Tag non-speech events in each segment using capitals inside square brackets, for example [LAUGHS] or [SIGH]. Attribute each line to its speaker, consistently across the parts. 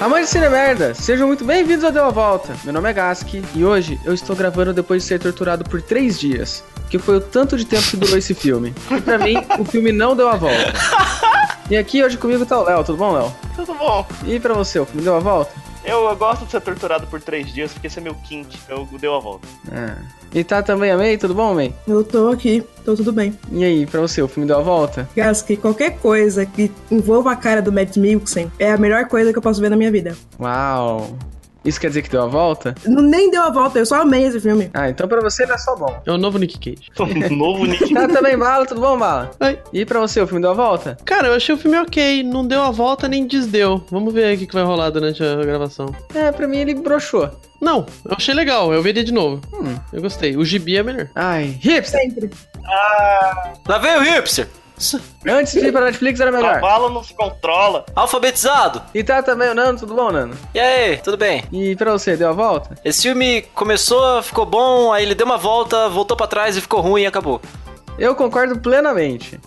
Speaker 1: Amantes de Cine Merda, sejam muito bem-vindos ao Deu a Volta. Meu nome é Gaski e hoje eu estou gravando depois de ser torturado por três dias, que foi o tanto de tempo que durou esse filme. E pra mim, o filme não deu a volta. E aqui hoje comigo tá o Léo, tudo bom, Léo?
Speaker 2: Tudo bom.
Speaker 1: E pra você, o filme deu a volta?
Speaker 2: Eu, eu gosto de ser torturado por três dias, porque esse é meu kink. Eu deu a volta. [LAUGHS]
Speaker 1: Ah. E tá também a May, tudo bom, May?
Speaker 3: Eu tô aqui, tô tudo bem.
Speaker 1: E aí, pra você, o filme deu a volta?
Speaker 3: Gaski, qualquer coisa que envolva a cara do Matt Mikkelsen é a melhor coisa que eu posso ver na minha vida.
Speaker 1: Uau! Isso quer dizer que deu a volta?
Speaker 3: Não- Nem deu a volta, eu só amei esse filme.
Speaker 1: Ah, então pra você não é só bom.
Speaker 4: É o novo Nick Cage.
Speaker 2: Um
Speaker 1: [LAUGHS]
Speaker 2: novo Nick.
Speaker 1: Tá também, Bala, tudo bom, Bala?
Speaker 4: Oi.
Speaker 1: E pra você, o filme deu a volta?
Speaker 4: Cara, eu achei o filme ok. Não deu a volta nem desdeu. Vamos ver aí o que, que vai rolar durante a gravação.
Speaker 1: É, pra mim ele broxou.
Speaker 4: Não, eu achei legal. Eu veria de novo.
Speaker 1: Hum.
Speaker 4: Eu gostei. O gibi é melhor.
Speaker 1: Ai, hipster!
Speaker 3: Sempre.
Speaker 5: Lá vem o hipster,
Speaker 1: Antes de ir pra Netflix era
Speaker 2: A
Speaker 1: melhor.
Speaker 2: bala não se controla. [LAUGHS]
Speaker 5: alfabetizado.
Speaker 1: E tá também o Nano, tudo bom, Nano?
Speaker 5: E aí, tudo bem?
Speaker 1: E pra você, deu a volta?
Speaker 5: Esse filme começou, ficou bom, aí ele deu uma volta, voltou pra trás e ficou ruim e acabou.
Speaker 1: Eu concordo
Speaker 2: [LAUGHS]
Speaker 1: plenamente.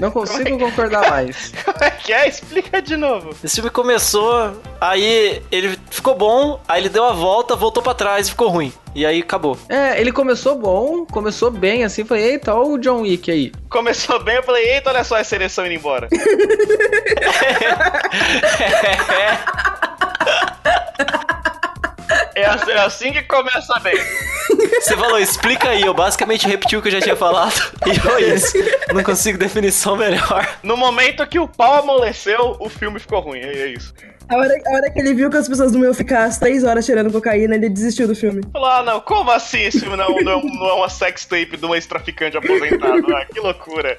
Speaker 1: Não consigo concordar mais.
Speaker 2: Como é que é? Explica de novo.
Speaker 5: Esse filme começou, aí ele ficou bom, aí ele deu a volta, voltou pra trás e ficou ruim. E aí acabou.
Speaker 1: É, ele começou bom, começou bem, assim, falei, eita, olha o John Wick aí.
Speaker 2: Começou bem, eu falei, eita, olha só a seleção indo embora. É assim, é assim que começa bem.
Speaker 5: Você falou, explica aí, eu basicamente repeti o que eu já tinha falado. [LAUGHS] E foi isso. Não consigo definição melhor.
Speaker 2: No momento que o pau amoleceu, o filme ficou ruim. É é isso.
Speaker 3: A hora, a hora que ele viu que as pessoas do meu ficar as três horas tirando cocaína, ele desistiu do filme.
Speaker 2: Falou, ah, não, como assim esse filme não, não, não é uma sex tape de um ex-traficante aposentado? Ah, que loucura.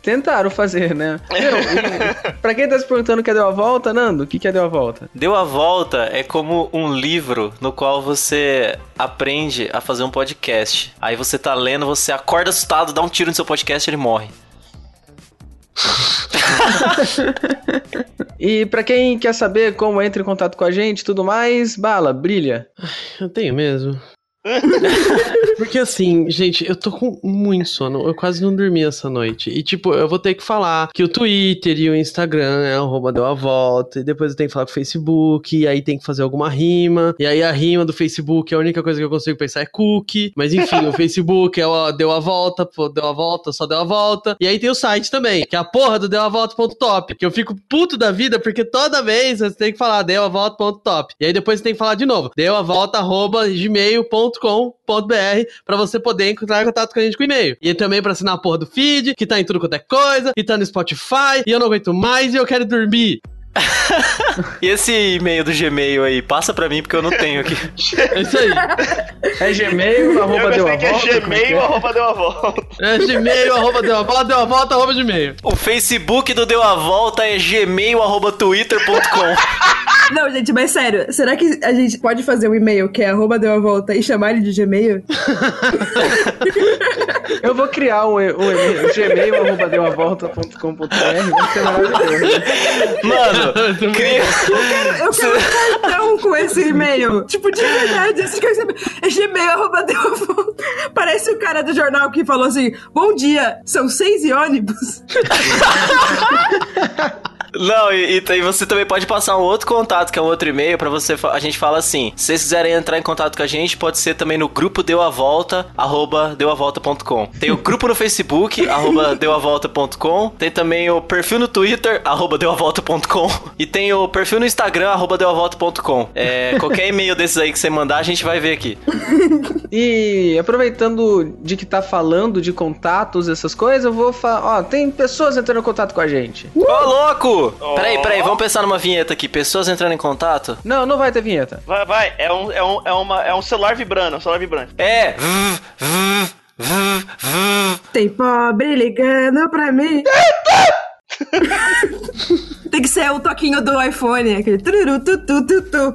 Speaker 1: Tentaram fazer, né?
Speaker 2: [LAUGHS]
Speaker 1: Meu, o- pra quem tá se perguntando o que é deu a volta, Nando, o que que é deu a volta?
Speaker 5: Deu a volta é como um livro no qual você aprende a fazer um podcast. Aí você tá lendo, você acorda assustado, dá um tiro no seu podcast e ele morre.
Speaker 1: E pra quem quer saber como entra em contato com a gente e tudo mais, bala, brilha.
Speaker 4: Eu tenho mesmo. Porque assim, gente, eu tô com muito sono. Eu quase não dormi essa noite. E tipo, eu vou ter que falar que o Twitter e o Instagram é arroba deu a volta. E depois eu tenho que falar com o Facebook. E aí tem que fazer alguma rima. E aí a rima do Facebook, a única coisa que eu consigo pensar é cookie. Mas enfim, o Facebook é o deu a volta, pô, deu a volta, só deu a volta. E aí tem o site também, que é a porra do deu a volta.top. Que eu fico puto da vida porque toda vez você tem que falar deu a volta.top. E aí depois você tem que falar de novo, deu a volta arroba gmail.com.br pra você poder entrar em contato com a gente com e-mail. E também pra assinar a porra do feed, que tá em tudo quanto é coisa, que tá no Spotify, e eu não aguento mais e eu quero dormir.
Speaker 5: E esse e-mail do Gmail aí, passa pra mim porque eu não tenho aqui.
Speaker 4: É isso aí.
Speaker 1: É Gmail, arroba
Speaker 2: eu
Speaker 1: deu a
Speaker 2: gostei que
Speaker 1: volta. como
Speaker 2: é
Speaker 1: que
Speaker 2: Gmail,
Speaker 1: é?
Speaker 2: arroba deu a volta.
Speaker 4: É gmail, arroba deu a volta, deu a volta, arroba gmail.
Speaker 5: O Facebook do Deu a Volta é gmail.twitter.com.
Speaker 3: Não, gente, mas sério, será que a gente pode fazer um e-mail que é arroba deu a volta e chamar ele de Gmail?
Speaker 1: Eu vou criar um, e- um e-mail, gmail, arroba deuavolta.com.br, vai ser maravilhoso.
Speaker 5: Mano, cria...
Speaker 3: Eu quero um cartão com esse e-mail. [LAUGHS] Tipo, de verdade, assim que eu recebi. É Gmail, arroba deu a volta. Parece o cara do jornal que falou assim: Bom dia, são seis e ônibus.
Speaker 5: Não, e, e, e você também pode passar um outro contato, que é um outro e-mail, pra você. fa- A gente fala assim: se vocês quiserem entrar em contato com a gente, pode ser também no grupo Deu a Volta, arroba deuavolta.com. Tem o grupo no Facebook, arroba deuavolta.com. Tem também o perfil no Twitter, arroba deuavolta.com. E tem o perfil no Instagram, arroba deuavolta.com. É, qualquer e-mail desses aí que você mandar, a gente vai ver aqui.
Speaker 1: E aproveitando de que tá falando de contatos, essas coisas, eu vou falar. Ó, tem pessoas entrando em contato com a gente.
Speaker 5: Ô, louco! Peraí, peraí, vamos pensar numa vinheta aqui. Pessoas entrando em contato?
Speaker 1: Não, não vai ter vinheta.
Speaker 2: Vai, vai, é um, é um, é uma, é um celular vibrando, é um celular vibrante.
Speaker 5: É! Vv, vv, vv, vv.
Speaker 3: Tem pobre ligando pra mim. [LAUGHS] Tem que ser o toquinho do iPhone, aquele tururu, tu, tu, tu, tu,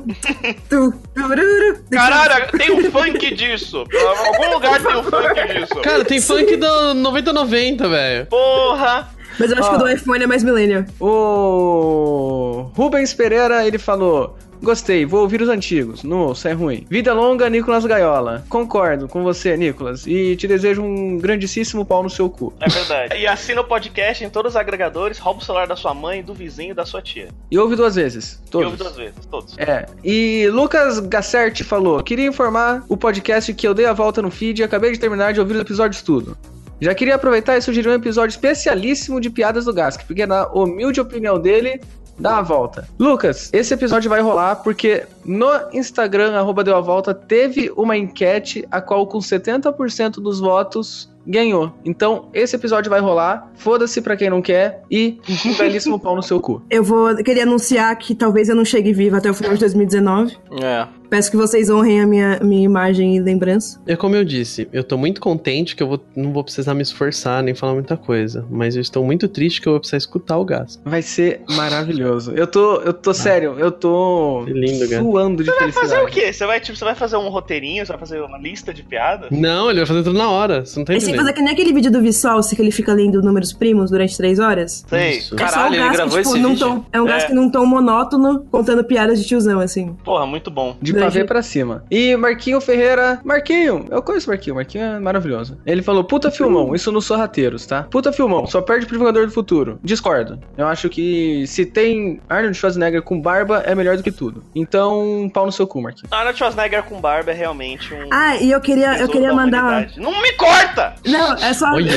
Speaker 3: tu, tururu. Tem que ser-
Speaker 2: Caralho, tem um funk disso. Em algum lugar tem um funk disso.
Speaker 4: Cara, tem funk do 9090, velho.
Speaker 2: Porra!
Speaker 3: Mas eu acho que o do iPhone é mais millennial.
Speaker 1: O Rubens Pereira, ele falou: Gostei, vou ouvir os antigos. Não ouço, é ruim. Vida longa, Nicolas Gaiola. Concordo com você, Nicolas. E te desejo um grandíssimo pau no seu cu.
Speaker 2: É verdade. E assina o podcast em todos os agregadores, rouba o celular da sua mãe, do vizinho e da sua tia.
Speaker 1: E ouve duas vezes.
Speaker 2: E
Speaker 1: Todos.
Speaker 2: ouve duas vezes, todos.
Speaker 1: É. E Lucas Gacerte falou: queria informar o podcast que eu dei a volta no feed e acabei de terminar de ouvir os episódios tudo. Já queria aproveitar e sugerir um episódio especialíssimo de piadas do Gask, porque na humilde opinião dele. Dá a volta. Lucas, esse episódio vai rolar porque no Instagram, arroba deu a volta, teve uma enquete a qual com 70% dos votos ganhou. Então, esse episódio vai rolar. Foda-se pra quem não quer e um belíssimo pau no seu cu.
Speaker 3: Eu vou queria anunciar que talvez eu não chegue viva até o final de 2019.
Speaker 5: É.
Speaker 3: Peço que vocês honrem a minha, minha imagem e lembrança.
Speaker 4: É como eu disse, eu tô muito contente que eu vou- não vou precisar me esforçar nem falar muita coisa. Mas eu estou muito triste que eu vou precisar escutar o Gas.
Speaker 1: Vai ser maravilhoso. Eu tô, eu tô sério, eu tô
Speaker 4: Ah. Que lindo, cara.
Speaker 1: suando de felicidade.
Speaker 2: Fazer o quê? Você vai, tipo, você vai fazer um roteirinho, você vai fazer uma lista de piadas?
Speaker 4: Não, ele vai fazer tudo na hora. Você não tá
Speaker 3: Eles têm que
Speaker 4: entendendo.
Speaker 3: fazer É que nem aquele vídeo do Vissalce que ele fica lendo números primos durante três horas.
Speaker 2: Sei.
Speaker 4: Isso.
Speaker 5: Caralho,
Speaker 3: é
Speaker 5: ele
Speaker 3: só um
Speaker 5: gravou
Speaker 3: tipo,
Speaker 5: esse
Speaker 3: num
Speaker 5: vídeo?
Speaker 3: tom- é um gás
Speaker 2: É.
Speaker 3: que num tom monótono, contando piadas de tiozão, assim.
Speaker 2: Porra, muito bom.
Speaker 1: De
Speaker 3: Daí-
Speaker 1: pavê pra cima. E Marquinho Ferreira. Marquinho, eu conheço o Marquinho, Marquinho é maravilhoso. Ele falou: puta filmão, isso nos sorrateiros, tá? Puta filmão, só perde pro Vingador do Futuro. Discordo. Eu acho que se tem Arnold Schwarzenegger com barba, é melhor do que tudo. Então, pau no seu cu, Marquinho. [LAUGHS]
Speaker 2: Arnold Schwarzenegger com barba é realmente um.
Speaker 3: Ah, e eu queria, eu
Speaker 2: tesouro
Speaker 3: queria
Speaker 2: da
Speaker 3: mandar.
Speaker 2: humanidade. Não me corta!
Speaker 3: Não, é só.
Speaker 4: Olha.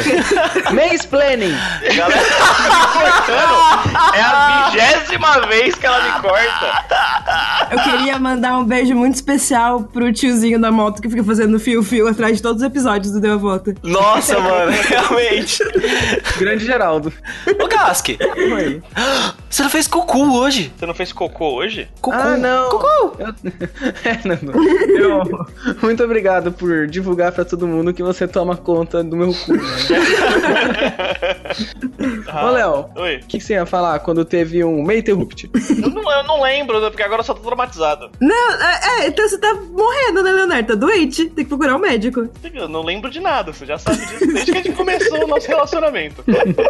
Speaker 1: Mace Planning!
Speaker 2: Galera, cortando. É a vigésima vez que ela me corta.
Speaker 3: Eu queria mandar um beijo muito especial pro tiozinho da moto que fica fazendo fio-fio atrás de todos os episódios do Deu a Volta.
Speaker 5: Nossa, mano, realmente.
Speaker 1: Grande Geraldo.
Speaker 5: Ô, Gask,
Speaker 1: Oi.
Speaker 5: você não fez cocô hoje.
Speaker 2: Você não fez cocô hoje?
Speaker 5: Cocô.
Speaker 1: Ah, não. Eu... [LAUGHS] É, não, não. Eu- Muito obrigado por divulgar pra todo mundo que você toma conta do meu cu. Né?
Speaker 2: Ah.
Speaker 1: Ô, Léo,
Speaker 2: Oi.
Speaker 1: o que, que você ia falar quando teve um meio interrupt?
Speaker 2: Eu não, eu não lembro, né, porque agora eu só tô traumatizado.
Speaker 3: Não, é, é, então você tá morrendo, né, Leonardo? Tá doente, tem que procurar um médico.
Speaker 2: Eu não lembro de nada, você já sabe disso desde que a gente começou o nosso relacionamento.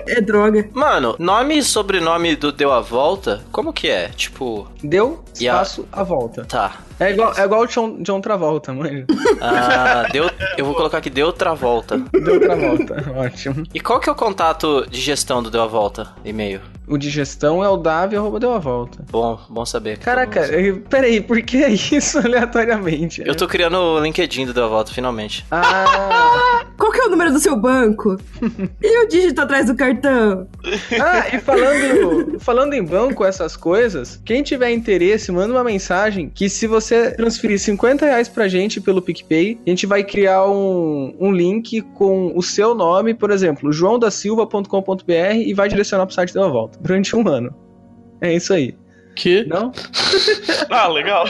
Speaker 3: É droga.
Speaker 5: Mano, nome e sobrenome do Deu a Volta, como que é? Tipo,
Speaker 1: Deu
Speaker 5: E a-
Speaker 1: espaço a volta.
Speaker 5: tá.
Speaker 1: É igual, é igual o John, John Travolta, mãe. [LAUGHS]
Speaker 5: Ah, deu, eu vou colocar aqui, deu outra volta.
Speaker 1: Deu Travolta, [LAUGHS] ótimo.
Speaker 5: E qual que é o contato de gestão do Deu a Volta? E-mail.
Speaker 1: O de gestão é o Davi, arroba deu a volta.
Speaker 5: Bom, bom saber.
Speaker 1: Caraca, eu- peraí, por que [LAUGHS] isso aleatoriamente?
Speaker 5: Eu tô criando o LinkedIn do Deu a Volta, finalmente.
Speaker 1: Ah,
Speaker 3: Qual que é o número do seu banco? E o dígito atrás do cartão?
Speaker 1: Ah, e falando, falando em banco, essas coisas, quem tiver interesse, manda uma mensagem que se você transferir 50 reais pra gente pelo PicPay, a gente vai criar um, um link com o seu nome, por exemplo, joaodasilva.com.br e vai direcionar pro site da uma volta durante um ano. É isso aí.
Speaker 4: Que?
Speaker 1: Não?
Speaker 2: Ah, legal.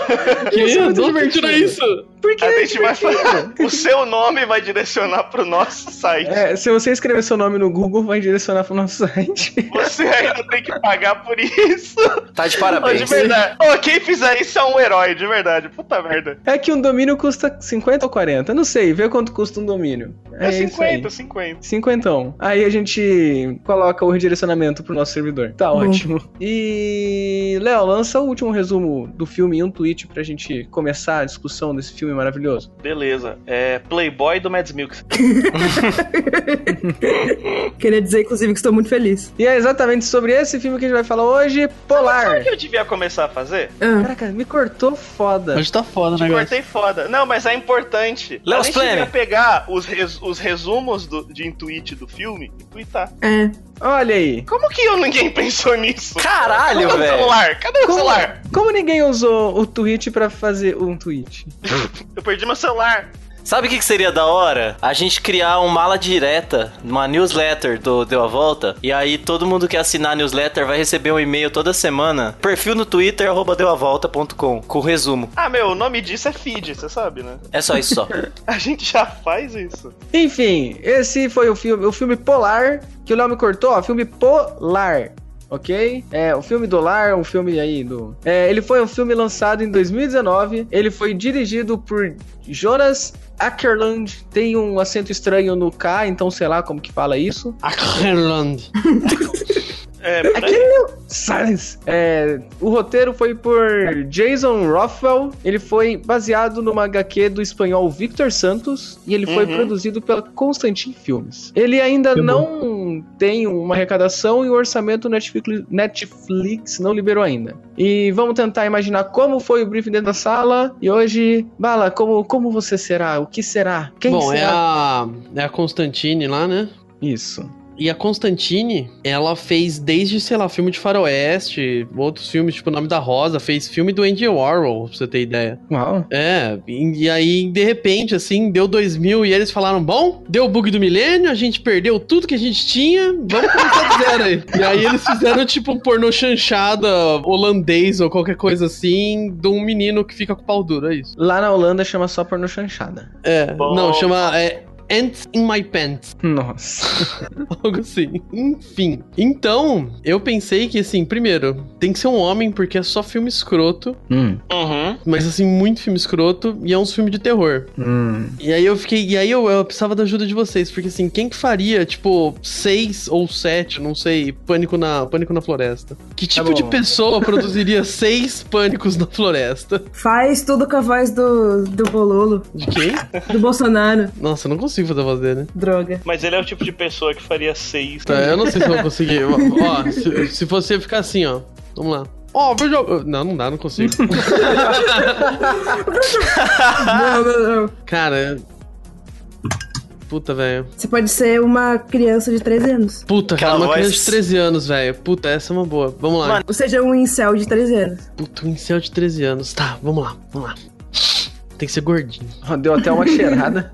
Speaker 4: Que?
Speaker 1: Isso é muito
Speaker 4: Não,
Speaker 1: divertido.
Speaker 4: tira isso.
Speaker 1: Porque
Speaker 2: A gente vai falar. O seu nome vai direcionar pro nosso site.
Speaker 1: É, se você escrever seu nome no Google, vai direcionar pro nosso [LAUGHS] site.
Speaker 2: Você ainda tem que pagar por isso.
Speaker 5: Tá
Speaker 1: É
Speaker 2: Ô,
Speaker 5: de
Speaker 2: de
Speaker 5: parabéns.
Speaker 2: verdade. Ô, quem fizer isso é um herói, de verdade. Puta merda.
Speaker 1: É que um domínio custa 50 ou 40, não sei, vê quanto custa um domínio.
Speaker 2: É,
Speaker 1: isso aí.
Speaker 2: 50, 50.
Speaker 1: Cinquentão. Aí a gente coloca o redirecionamento pro nosso servidor. Tá
Speaker 3: Bom.
Speaker 1: ótimo. E, Léo, lança o último resumo do filme em um tweet pra gente começar a discussão desse filme maravilhoso.
Speaker 2: Beleza. É Playboy do Mads Milk.
Speaker 3: Queria dizer, inclusive, que estou muito feliz.
Speaker 1: E é exatamente sobre esse filme que a gente vai falar hoje,
Speaker 2: Sabe o
Speaker 1: Polar.
Speaker 2: que eu devia começar a fazer?
Speaker 3: Ah,
Speaker 1: Caraca, me cortou foda.
Speaker 4: Hoje tá foda o
Speaker 2: Te
Speaker 4: negócio.
Speaker 2: cortei foda. Não, mas é importante.
Speaker 5: Léo
Speaker 2: a gente
Speaker 5: Splane.
Speaker 2: devia pegar os, res- os resumos do- de intuit do filme e tweetar.
Speaker 3: é.
Speaker 1: Olha aí.
Speaker 2: Como que eu, ninguém [LAUGHS] pensou nisso?
Speaker 5: Caralho,
Speaker 2: Cadê o
Speaker 5: velho.
Speaker 2: celular? Cadê o
Speaker 1: Como,
Speaker 2: celular?
Speaker 1: como ninguém usou o tweet pra fazer um tweet?
Speaker 2: Eu perdi meu celular.
Speaker 5: Sabe o que, que seria da hora? A gente criar uma mala direta, uma newsletter do Deu a Volta, e aí todo mundo que assinar a newsletter vai receber um e-mail toda semana. Perfil no Twitter, arroba deuavolta.com, com resumo.
Speaker 2: Ah, meu, o nome disso é feed, você sabe, né?
Speaker 5: É só isso só.
Speaker 2: A gente já faz isso.
Speaker 1: Enfim, esse foi o filme, o filme Polar, que o Léo me cortou, ó, filme Polar, ok? É, o filme do Lar, um filme aí do... É, ele foi um filme lançado em 2019, ele foi dirigido por Jonas Ackerland, tem um acento estranho no K, então sei lá como que fala isso.
Speaker 4: Ackerland.
Speaker 2: É, por aí.
Speaker 4: Né?
Speaker 1: Aquele, Silence. É, o roteiro foi por Jason Rothwell. Ele foi baseado numa HQ do espanhol Victor Santos e ele foi
Speaker 2: Uhum.
Speaker 1: produzido pela Constantin Filmes. Ele ainda
Speaker 4: Que bom.
Speaker 1: não tem uma arrecadação e o orçamento Netflix, Netflix não liberou ainda. E vamos tentar imaginar como foi o briefing dentro da sala. E hoje, Bala, como, como você será? O que será? Quem
Speaker 4: Bom, é
Speaker 1: será?
Speaker 4: a, é a Constantine lá, né?
Speaker 1: Isso.
Speaker 4: E a Constantine, ela fez desde, sei lá, filme de faroeste, outros filmes, tipo O Nome da Rosa, fez filme do Andy Warhol, pra você ter ideia.
Speaker 1: Uau.
Speaker 4: É, e, e aí, de repente, assim, deu 2000 e eles falaram, bom, deu o bug do milênio, a gente perdeu tudo que a gente tinha, vamos começar do zero aí. e aí eles fizeram, tipo, um pornô chanchada holandês ou qualquer coisa assim, de um menino que fica com pau duro, é isso.
Speaker 1: Lá na Holanda chama só porno chanchada.
Speaker 4: É,
Speaker 2: Bom.
Speaker 4: não, chama... É, Ants in my pants. [LAUGHS]
Speaker 1: Nossa.
Speaker 4: Algo assim. Enfim. Então, eu pensei que, assim, primeiro, tem que ser um homem, porque é só filme escroto.
Speaker 1: Hum,
Speaker 2: Uhum.
Speaker 4: Mas, assim, muito filme escroto. E é uns filmes de terror.
Speaker 1: hum.
Speaker 4: E aí eu fiquei. E aí eu, eu precisava da ajuda de vocês. Porque, assim, quem que faria, tipo, seis ou sete, não sei, pânico na, pânico na floresta? Que
Speaker 5: Tá
Speaker 4: tipo
Speaker 1: bom.
Speaker 4: de
Speaker 5: [LAUGHS]
Speaker 4: pessoa produziria seis pânicos na floresta?
Speaker 3: Faz tudo com a voz do, do Bololo,
Speaker 4: De
Speaker 5: [LAUGHS]
Speaker 4: quem?
Speaker 3: do Bolsonaro.
Speaker 4: Nossa, eu não consigo fazer a voz dele.
Speaker 3: Droga.
Speaker 2: Mas ele é o tipo de pessoa que faria seis.
Speaker 4: Tá, eu não sei
Speaker 5: [LAUGHS]
Speaker 4: se eu vou conseguir. Ó, ó, se, se você ficar assim, ó. Vamos lá. Ó, veja. Não, não dá, não
Speaker 5: [LAUGHS]
Speaker 4: consigo.
Speaker 3: Não, não, não.
Speaker 4: Cara. Puta, velho.
Speaker 3: Você pode ser uma criança de 13 anos.
Speaker 4: Puta, cara,
Speaker 5: Aquela
Speaker 4: uma
Speaker 5: voz-
Speaker 4: criança de 13 anos, velho. Puta, essa é uma boa. Vamos lá.
Speaker 5: Mano.
Speaker 3: Ou seja, um incel de 13 anos.
Speaker 4: Puta, um incel de 13 anos. Tá, vamos lá, vamos lá. Tem que ser gordinho.
Speaker 1: Ó, Deu até uma [LAUGHS] cheirada.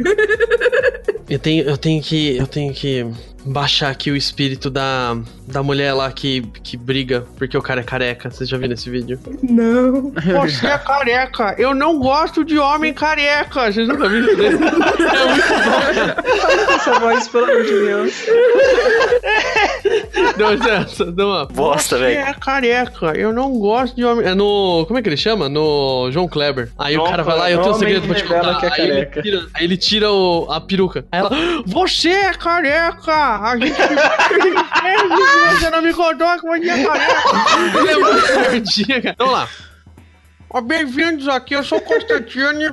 Speaker 4: Eu tenho, eu tenho que. Eu tenho que baixar aqui o espírito da, da mulher lá que, que briga, porque o cara é careca. Vocês já viram esse vídeo?
Speaker 3: Não.
Speaker 4: Você é careca! Eu não gosto de homem careca! Vocês nunca viram isso?
Speaker 1: Essa voz, pelo amor de Deus.
Speaker 4: Não, essa, não, ó.
Speaker 5: Bosta,
Speaker 4: Você
Speaker 5: velho.
Speaker 4: é careca, eu não gosto de homem. É no. Como é que ele chama? No João Kleber. Aí o
Speaker 2: João
Speaker 4: cara vai lá, eu tenho um
Speaker 1: Kleber.
Speaker 4: segredo pra te
Speaker 1: Homem revela
Speaker 4: contar.
Speaker 1: que é
Speaker 4: aí, ele
Speaker 1: careca.
Speaker 4: tira, aí ele tira o- a peruca. Aí ela. Você é careca! A gente [LAUGHS] Você não me contou que você
Speaker 1: [LAUGHS]
Speaker 4: é careca! Ele é muito gordinho, cara. Vamos lá. Ó, Bem-vindos aqui, eu sou o Constantine.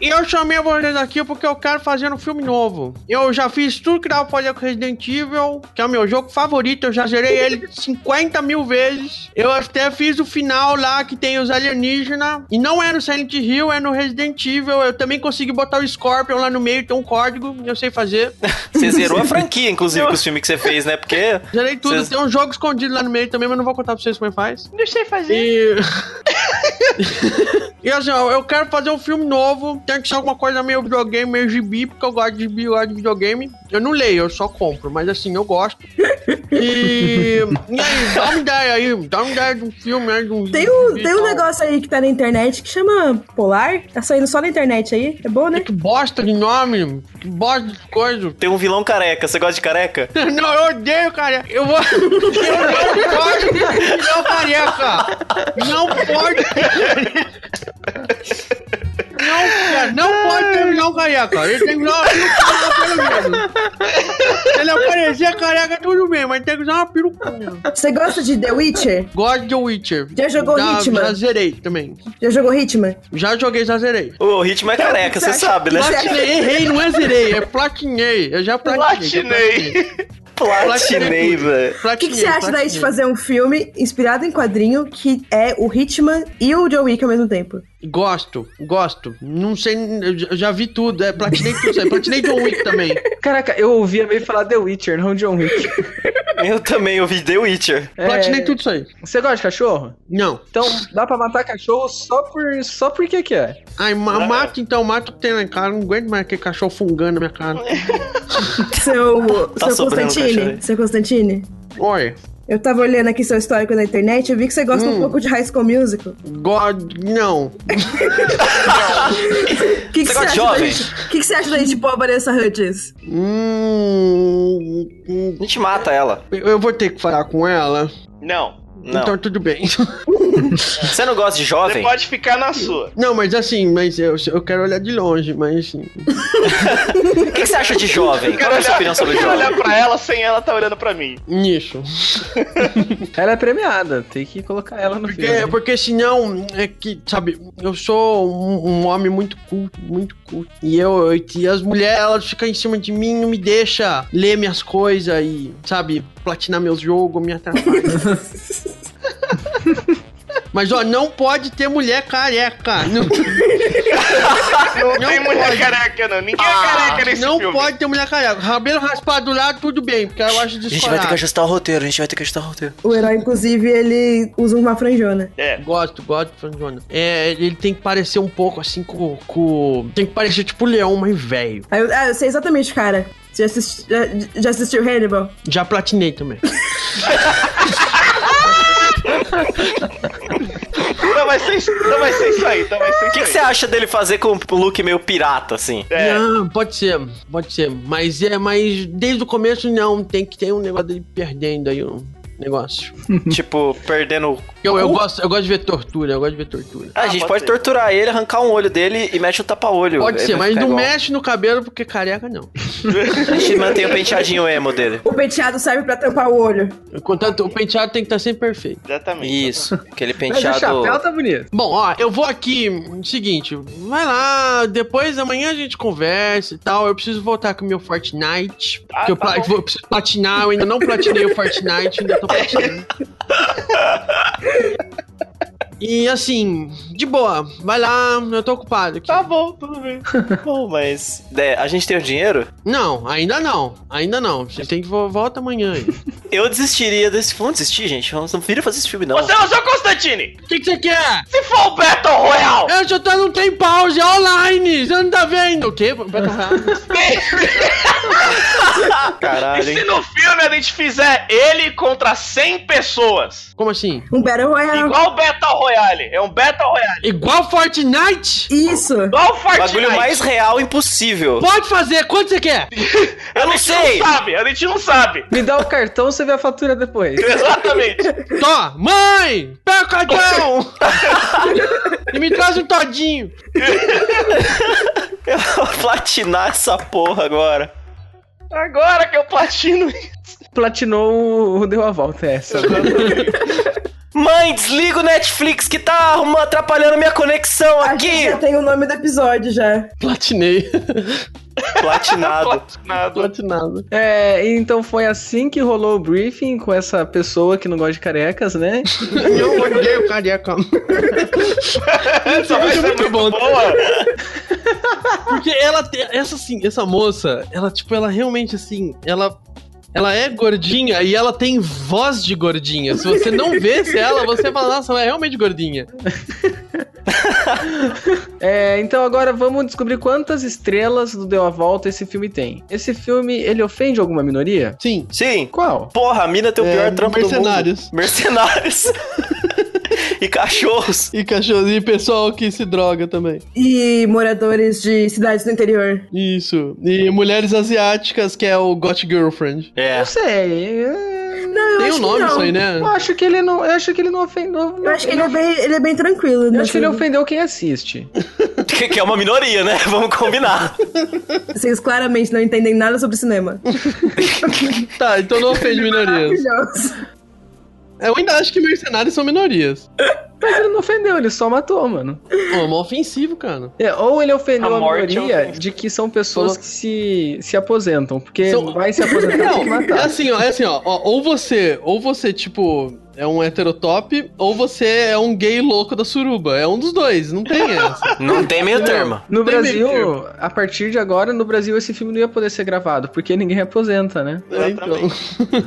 Speaker 4: E eu chamei vocês aqui porque eu quero fazer um filme novo. Eu já fiz tudo que dava pra fazer com Resident Evil, que é o meu jogo favorito. Eu já zerei ele 50 mil vezes. Eu até fiz o final lá que tem os alienígenas. E não é no Silent Hill, é no Resident Evil. Eu também consegui botar o Scorpion lá no meio, tem um código, eu sei fazer.
Speaker 5: Você zerou a franquia, inclusive, com os filmes que você fez, né? Porque.
Speaker 4: Zerei tudo,
Speaker 5: Cês-
Speaker 4: tem um jogo escondido lá no meio também, mas não vou contar pra vocês como é que faz.
Speaker 2: Não sei fazer.
Speaker 4: E. [LAUGHS] e assim, ó, eu quero fazer um filme novo. Tem que ser alguma coisa meio videogame, meio gibi, porque eu gosto de gibi, eu gosto de videogame. Eu não leio, eu só compro, mas assim, eu gosto. E. e aí, dá uma ideia aí, dá uma ideia de um filme aí, de um.
Speaker 3: Tem um,
Speaker 4: gibi e
Speaker 3: tem um
Speaker 4: tal.
Speaker 3: negócio aí que tá na internet que chama Polar. Tá saindo só na internet aí. É bom,
Speaker 5: [LAUGHS]
Speaker 3: né?
Speaker 4: Que bosta de nome, que bosta de coisa.
Speaker 5: Tem um vilão careca. Você gosta de careca?
Speaker 4: [LAUGHS] Não, eu odeio, cara. Eu vou. [LAUGHS] Eu não gosto de não careca. Não pode. Não, cara, não pode ter não careca. Ele tem que usar uma peruquinha, pelo menos. Se ele aparecer careca, é tudo bem, mas tem que usar uma peruquinha.
Speaker 3: Você gosta de The Witcher?
Speaker 4: Gosto de The Witcher.
Speaker 3: Já jogou
Speaker 4: já,
Speaker 3: Hitman?
Speaker 4: Já zerei também.
Speaker 3: Já jogou Hitman?
Speaker 4: Já joguei, já zerei.
Speaker 5: O ritmo é careca, você sabe,
Speaker 3: [LAUGHS]
Speaker 5: né?
Speaker 4: Platinei, errei, não é zerei, é platinei. Eu já platinei.
Speaker 5: Tá
Speaker 2: Platinei.
Speaker 4: é
Speaker 5: Platinei, Tipo, velho.
Speaker 3: O que, que você acha daí de fazer um filme inspirado em quadrinho que é o Hitman e o John Wick ao mesmo tempo?
Speaker 4: Gosto, gosto. Não sei, eu já- já vi tudo. É, platinei tudo. isso aí. Platinei John Wick também.
Speaker 1: Caraca, eu ouvia meio falar The Witcher, não John Wick.
Speaker 5: [LAUGHS] Eu também ouvi The Witcher.
Speaker 1: É,
Speaker 4: Platinei tudo isso aí.
Speaker 1: Você gosta de cachorro?
Speaker 4: Não.
Speaker 1: Então dá pra matar cachorro só por só porque que é.
Speaker 4: Ai, ma
Speaker 2: Ah.
Speaker 4: mata então, mata o que tem na cara. Não aguento mais aquele cachorro fungando na minha cara.
Speaker 3: Seu,
Speaker 5: [LAUGHS] Tá
Speaker 3: seu
Speaker 5: sobrando caixa aí.
Speaker 3: Constantine, seu Constantine,
Speaker 4: Olha,
Speaker 3: eu tava olhando aqui seu histórico na internet, eu vi que você gosta
Speaker 5: Hum.
Speaker 3: um pouco de High School Musical.
Speaker 4: God, não.
Speaker 3: O que, que
Speaker 5: Você
Speaker 3: você
Speaker 5: gosta
Speaker 3: acha daí?
Speaker 5: de jovem?
Speaker 3: O que, que você acha daí de pôr a Vanessa Hudgens?
Speaker 4: Hum, hum,
Speaker 5: A gente mata ela.
Speaker 4: eu vou ter que falar com ela.
Speaker 2: Não.
Speaker 5: Não.
Speaker 4: Então tudo bem. [LAUGHS]
Speaker 5: Você não gosta de
Speaker 2: Você
Speaker 5: jovem?
Speaker 2: pode ficar na sua.
Speaker 4: Não, mas assim, mas eu, eu quero olhar de longe, mas assim.
Speaker 5: O que que você acha de jovem? Qual é a sua opinião sobre
Speaker 2: eu quero
Speaker 5: jovem?
Speaker 2: olhar pra ela sem ela tá olhando pra mim.
Speaker 4: Nicho.
Speaker 1: Ela é premiada, tem que colocar ela no
Speaker 4: Porque, é
Speaker 1: filme.
Speaker 4: porque senão, é que, sabe, eu sou um, um homem muito culto, muito culto. E eu, eu- e as mulheres, elas ficam em cima de mim, não me deixa ler minhas coisas e, sabe, platinar meus jogos, me atrapalha. [LAUGHS] Mas, ó, não pode ter mulher
Speaker 2: [LAUGHS]
Speaker 4: careca. Não,
Speaker 2: Não,
Speaker 4: Não
Speaker 2: tem mulher
Speaker 4: pode. careca,
Speaker 2: careca, não. Ninguém
Speaker 5: Ah,
Speaker 2: é careca nesse
Speaker 4: não
Speaker 2: filme.
Speaker 4: pode ter mulher careca. Rabelo raspado do lado, tudo bem, porque eu acho
Speaker 5: A gente vai ter que
Speaker 4: descolado.
Speaker 5: ajustar o roteiro, a gente vai ter que ajustar o roteiro.
Speaker 3: O herói, inclusive, ele usa uma franjona.
Speaker 2: É.
Speaker 4: Gosto, gosto do Franjona. É, ele tem que parecer um pouco assim com. com... Tem que parecer tipo o leão, mas velho.
Speaker 3: Aí eu, ah, eu sei exatamente, cara. Você já, assisti- já- já assistiu Hannibal?
Speaker 4: Já platinei também.
Speaker 2: Então vai ser isso, então vai ser isso aí. Então vai ser
Speaker 5: O
Speaker 2: isso
Speaker 5: que,
Speaker 2: aí.
Speaker 5: que você acha dele fazer com um look meio pirata, [LAUGHS] assim?
Speaker 2: É.
Speaker 4: Não, pode ser, pode ser. Mas é, mas desde o começo não, tem que ter um negócio dele perdendo aí um negócio.
Speaker 5: tipo, perdendo. o-
Speaker 4: Eu, eu, gosto, eu gosto de ver tortura, eu gosto de ver tortura.
Speaker 5: Ah, a
Speaker 2: Ah,
Speaker 5: gente
Speaker 2: pode
Speaker 5: pode
Speaker 2: ser.
Speaker 5: torturar ele, arrancar um olho dele e mete o tapa-olho.
Speaker 4: Pode
Speaker 5: Ele
Speaker 4: ser, mas
Speaker 5: vai ficar
Speaker 4: não
Speaker 5: igual.
Speaker 4: mexe no cabelo porque careca não.
Speaker 5: A gente mantém o penteadinho emo dele.
Speaker 3: O penteado serve pra tampar o olho.
Speaker 4: Contanto, o penteado tem que estar sempre perfeito.
Speaker 2: Exatamente.
Speaker 5: Isso, aquele
Speaker 1: Mas o
Speaker 5: penteado.
Speaker 1: chapéu tá bonito.
Speaker 4: Bom, ó, eu vou aqui, seguinte, vai lá, depois amanhã a gente conversa e tal. Eu preciso voltar com o meu Fortnite.
Speaker 2: Ah,
Speaker 4: que eu,
Speaker 2: tá
Speaker 4: pla-
Speaker 2: bom.
Speaker 4: vou- eu preciso platinar, eu ainda não platinei o Fortnite, ainda
Speaker 2: [LAUGHS]
Speaker 4: tô platinando. E assim, de boa, vai lá, eu tô ocupado aqui.
Speaker 2: Tá bom, tudo bem.
Speaker 5: [LAUGHS] Bom, mas. É, a gente tem o dinheiro?
Speaker 4: Não, ainda não, ainda não. Você tem que vo- volta amanhã aí. O
Speaker 5: Eu desistiria desse. Vamos desistir, gente. Vamos, não vira fazer esse filme, não.
Speaker 2: Você é o seu Constantine!
Speaker 4: que, que você quer?
Speaker 2: Se for o Battle
Speaker 5: [LAUGHS]
Speaker 2: Royale!
Speaker 4: Eu já tô, não tem pause, é online, você não tá vendo. O quê?
Speaker 2: [LAUGHS]
Speaker 4: Vai tá-
Speaker 2: E
Speaker 5: Caralho,
Speaker 2: se
Speaker 5: hein?
Speaker 2: no filme a gente fizer ele contra 100 pessoas?
Speaker 4: Como assim?
Speaker 3: Um Battle Royale.
Speaker 2: Igual o Battle Royale. É um Battle Royale.
Speaker 4: Igual Fortnite?
Speaker 3: Isso.
Speaker 2: Igual o Fortnite.
Speaker 5: Bagulho mais real impossível.
Speaker 4: Pode fazer, quanto você quer?
Speaker 5: Eu não
Speaker 2: A gente
Speaker 5: sei!
Speaker 2: não sabe, a gente não sabe.
Speaker 1: Me dá o cartão, você vê a fatura depois.
Speaker 2: [LAUGHS] Exatamente.
Speaker 4: Tó, mãe, pega o cartão! e me traz um todinho.
Speaker 5: [LAUGHS] Eu vou platinar essa porra agora.
Speaker 2: Agora que eu platino isso.
Speaker 1: Platinou o Deu a Volta, é essa.
Speaker 5: Mãe, desliga o Netflix que tá arruma- atrapalhando minha conexão
Speaker 3: A gente
Speaker 5: aqui!
Speaker 3: já tem o nome do episódio já.
Speaker 4: Platinei. [LAUGHS]
Speaker 5: Platinado.
Speaker 2: Platinado.
Speaker 4: Platinado.
Speaker 1: É, então foi assim que rolou o briefing com essa pessoa que não gosta de carecas, né?
Speaker 4: Eu odeio careca.
Speaker 2: Essa vai ser muito
Speaker 4: bom.
Speaker 2: boa.
Speaker 4: Porque ela, te- essa assim, essa moça, ela tipo, ela realmente assim, ela... Ela é gordinha e ela tem voz de gordinha. Se você não vesse ela, você fala, nossa, ela é realmente gordinha.
Speaker 1: É, então agora vamos descobrir quantas estrelas do Deu a Volta esse filme tem. Esse filme, ele ofende alguma minoria?
Speaker 4: Sim.
Speaker 5: Sim.
Speaker 1: Qual?
Speaker 5: Porra, a mina tem o
Speaker 4: É,
Speaker 5: pior trampo
Speaker 4: mercenários.
Speaker 5: do mundo.
Speaker 4: [LAUGHS]
Speaker 5: Mercenários. e cachorros.
Speaker 4: E cachorro, e pessoal que se droga também.
Speaker 3: E moradores de cidades do interior.
Speaker 4: Isso. E mulheres asiáticas, que é o Got Girlfriend.
Speaker 5: É.
Speaker 1: Não sei. é,
Speaker 3: Não, eu
Speaker 4: tem
Speaker 3: acho
Speaker 4: um nome
Speaker 3: que não.
Speaker 4: isso aí, né?
Speaker 1: Eu acho que ele não, eu acho que ele não ofendeu.
Speaker 3: Eu acho que ele é bem, ele é bem tranquilo.
Speaker 1: eu
Speaker 3: né,
Speaker 1: acho que ele é
Speaker 3: assim.
Speaker 1: ofendeu quem assiste.
Speaker 5: Que, que é uma minoria, né? Vamos combinar.
Speaker 3: Assim, Vocês claramente não entendem nada sobre cinema.
Speaker 4: Tá, então não
Speaker 3: [LAUGHS]
Speaker 4: ofende minorias.
Speaker 3: Maravilhoso.
Speaker 4: Eu ainda acho que mercenários são minorias.
Speaker 1: Mas ele não ofendeu, ele só matou, mano.
Speaker 4: Pô, é mó ofensivo, cara.
Speaker 1: É, ou ele ofendeu
Speaker 2: A
Speaker 1: a,
Speaker 2: morte é
Speaker 1: minoria
Speaker 4: um
Speaker 2: ofensa.
Speaker 1: de que são pessoas que se, se aposentam. Porque
Speaker 4: São-
Speaker 1: vai se aposentar tem que
Speaker 4: Não, é
Speaker 1: matar.
Speaker 4: assim, ó, é assim, ó, ó, Ou você, ou você, tipo, é um heterotop, ou você é um gay louco da suruba. É um dos dois, não tem
Speaker 3: [LAUGHS]
Speaker 4: essa.
Speaker 5: Não tem meio termo.
Speaker 1: No
Speaker 4: Tem
Speaker 1: Brasil,
Speaker 4: meio
Speaker 1: a partir de agora, no Brasil esse filme não ia poder ser gravado, porque ninguém aposenta, né?
Speaker 4: então. [LAUGHS]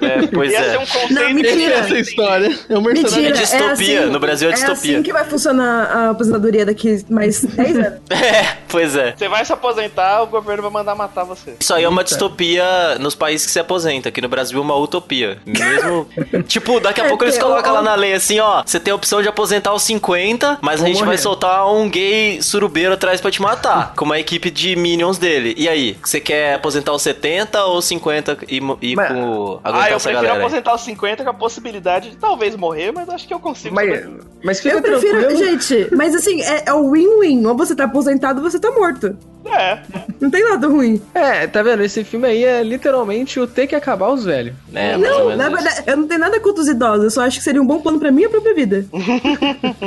Speaker 5: É, pois
Speaker 2: Ia ser um
Speaker 5: é.
Speaker 2: conceito.
Speaker 3: Não, mentira.
Speaker 4: Tem essa história. É um mercenário.
Speaker 5: É
Speaker 3: Mentira.
Speaker 5: distopia.
Speaker 3: É assim-
Speaker 5: no Brasil é
Speaker 3: é
Speaker 5: distopia.
Speaker 6: É assim que vai funcionar a aposentadoria daqui mais 10 anos.
Speaker 5: [LAUGHS] É, pois é.
Speaker 2: Você vai se aposentar, o governo vai mandar matar você.
Speaker 5: Isso aí é uma distopia nos países que se aposenta. Aqui no Brasil é uma utopia.
Speaker 6: [LAUGHS]
Speaker 5: Mesmo. tipo, daqui a
Speaker 6: É,
Speaker 5: pouco eles
Speaker 6: tem-
Speaker 5: colocam
Speaker 6: ó,
Speaker 5: lá
Speaker 6: ó.
Speaker 5: na lei assim, ó. Você tem a opção de aposentar aos 50, mas a
Speaker 1: Vou
Speaker 5: gente vai
Speaker 1: morrer.
Speaker 5: soltar um gay surubeiro atrás pra te matar. [LAUGHS] com uma equipe de minions dele. E aí? Você quer aposentar aos 70 ou 50 e, mo- e
Speaker 1: Mas-
Speaker 5: pro, aguentar
Speaker 2: Ah, eu
Speaker 5: essa
Speaker 2: prefiro
Speaker 5: galera? aí?
Speaker 2: aposentar os 50 com a possibilidade de talvez morrer, mas acho que eu consigo.
Speaker 1: Mas,
Speaker 2: sobreviver.
Speaker 1: mas fica
Speaker 6: Eu prefiro,
Speaker 1: tranquilo.
Speaker 6: gente, mas assim, é, é o win-win. Ou você tá aposentado ou você tá morto.
Speaker 2: É.
Speaker 6: Não tem nada ruim.
Speaker 1: É, tá vendo? Esse filme aí é literalmente o ter que acabar os velhos.
Speaker 5: É, mais ou
Speaker 6: não,
Speaker 5: menos
Speaker 6: na
Speaker 5: isso.
Speaker 6: verdade, eu não tenho nada contra os idosos. Eu só acho que seria um bom plano pra minha própria vida.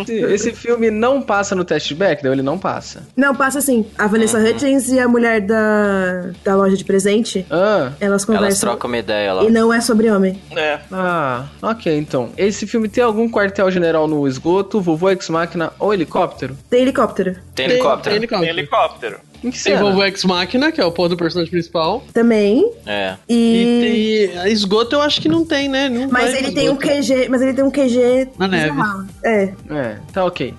Speaker 1: Esse, esse filme não passa no testback, então ele não passa.
Speaker 6: Não, passa assim. A Vanessa Hutchins e a mulher da, da loja de presente,
Speaker 1: Ah,
Speaker 6: elas conversam.
Speaker 5: Elas trocam uma ideia lá.
Speaker 6: E não é sobre homem.
Speaker 2: É.
Speaker 1: ah, ok, então. Esse filme tem algum quartel-general no esgoto, vovô Ex-Máquina ou helicóptero?
Speaker 6: Tem helicóptero.
Speaker 5: Tem helicóptero.
Speaker 2: Tem
Speaker 4: Helicóptero.
Speaker 2: helicóptero.
Speaker 1: Em que
Speaker 4: Tem
Speaker 1: cena?
Speaker 4: Volvo Ex Machina, que é o pôr do personagem principal.
Speaker 6: Também.
Speaker 5: É.
Speaker 6: E.
Speaker 4: E tem esgoto eu acho que não tem, né? Não
Speaker 6: Mas
Speaker 4: vai
Speaker 6: ele
Speaker 4: pro
Speaker 6: tem um
Speaker 4: esgoto.
Speaker 6: QG. Mas ele tem um QG.
Speaker 4: Na neve.
Speaker 6: bizarro. É.
Speaker 1: É, tá ok.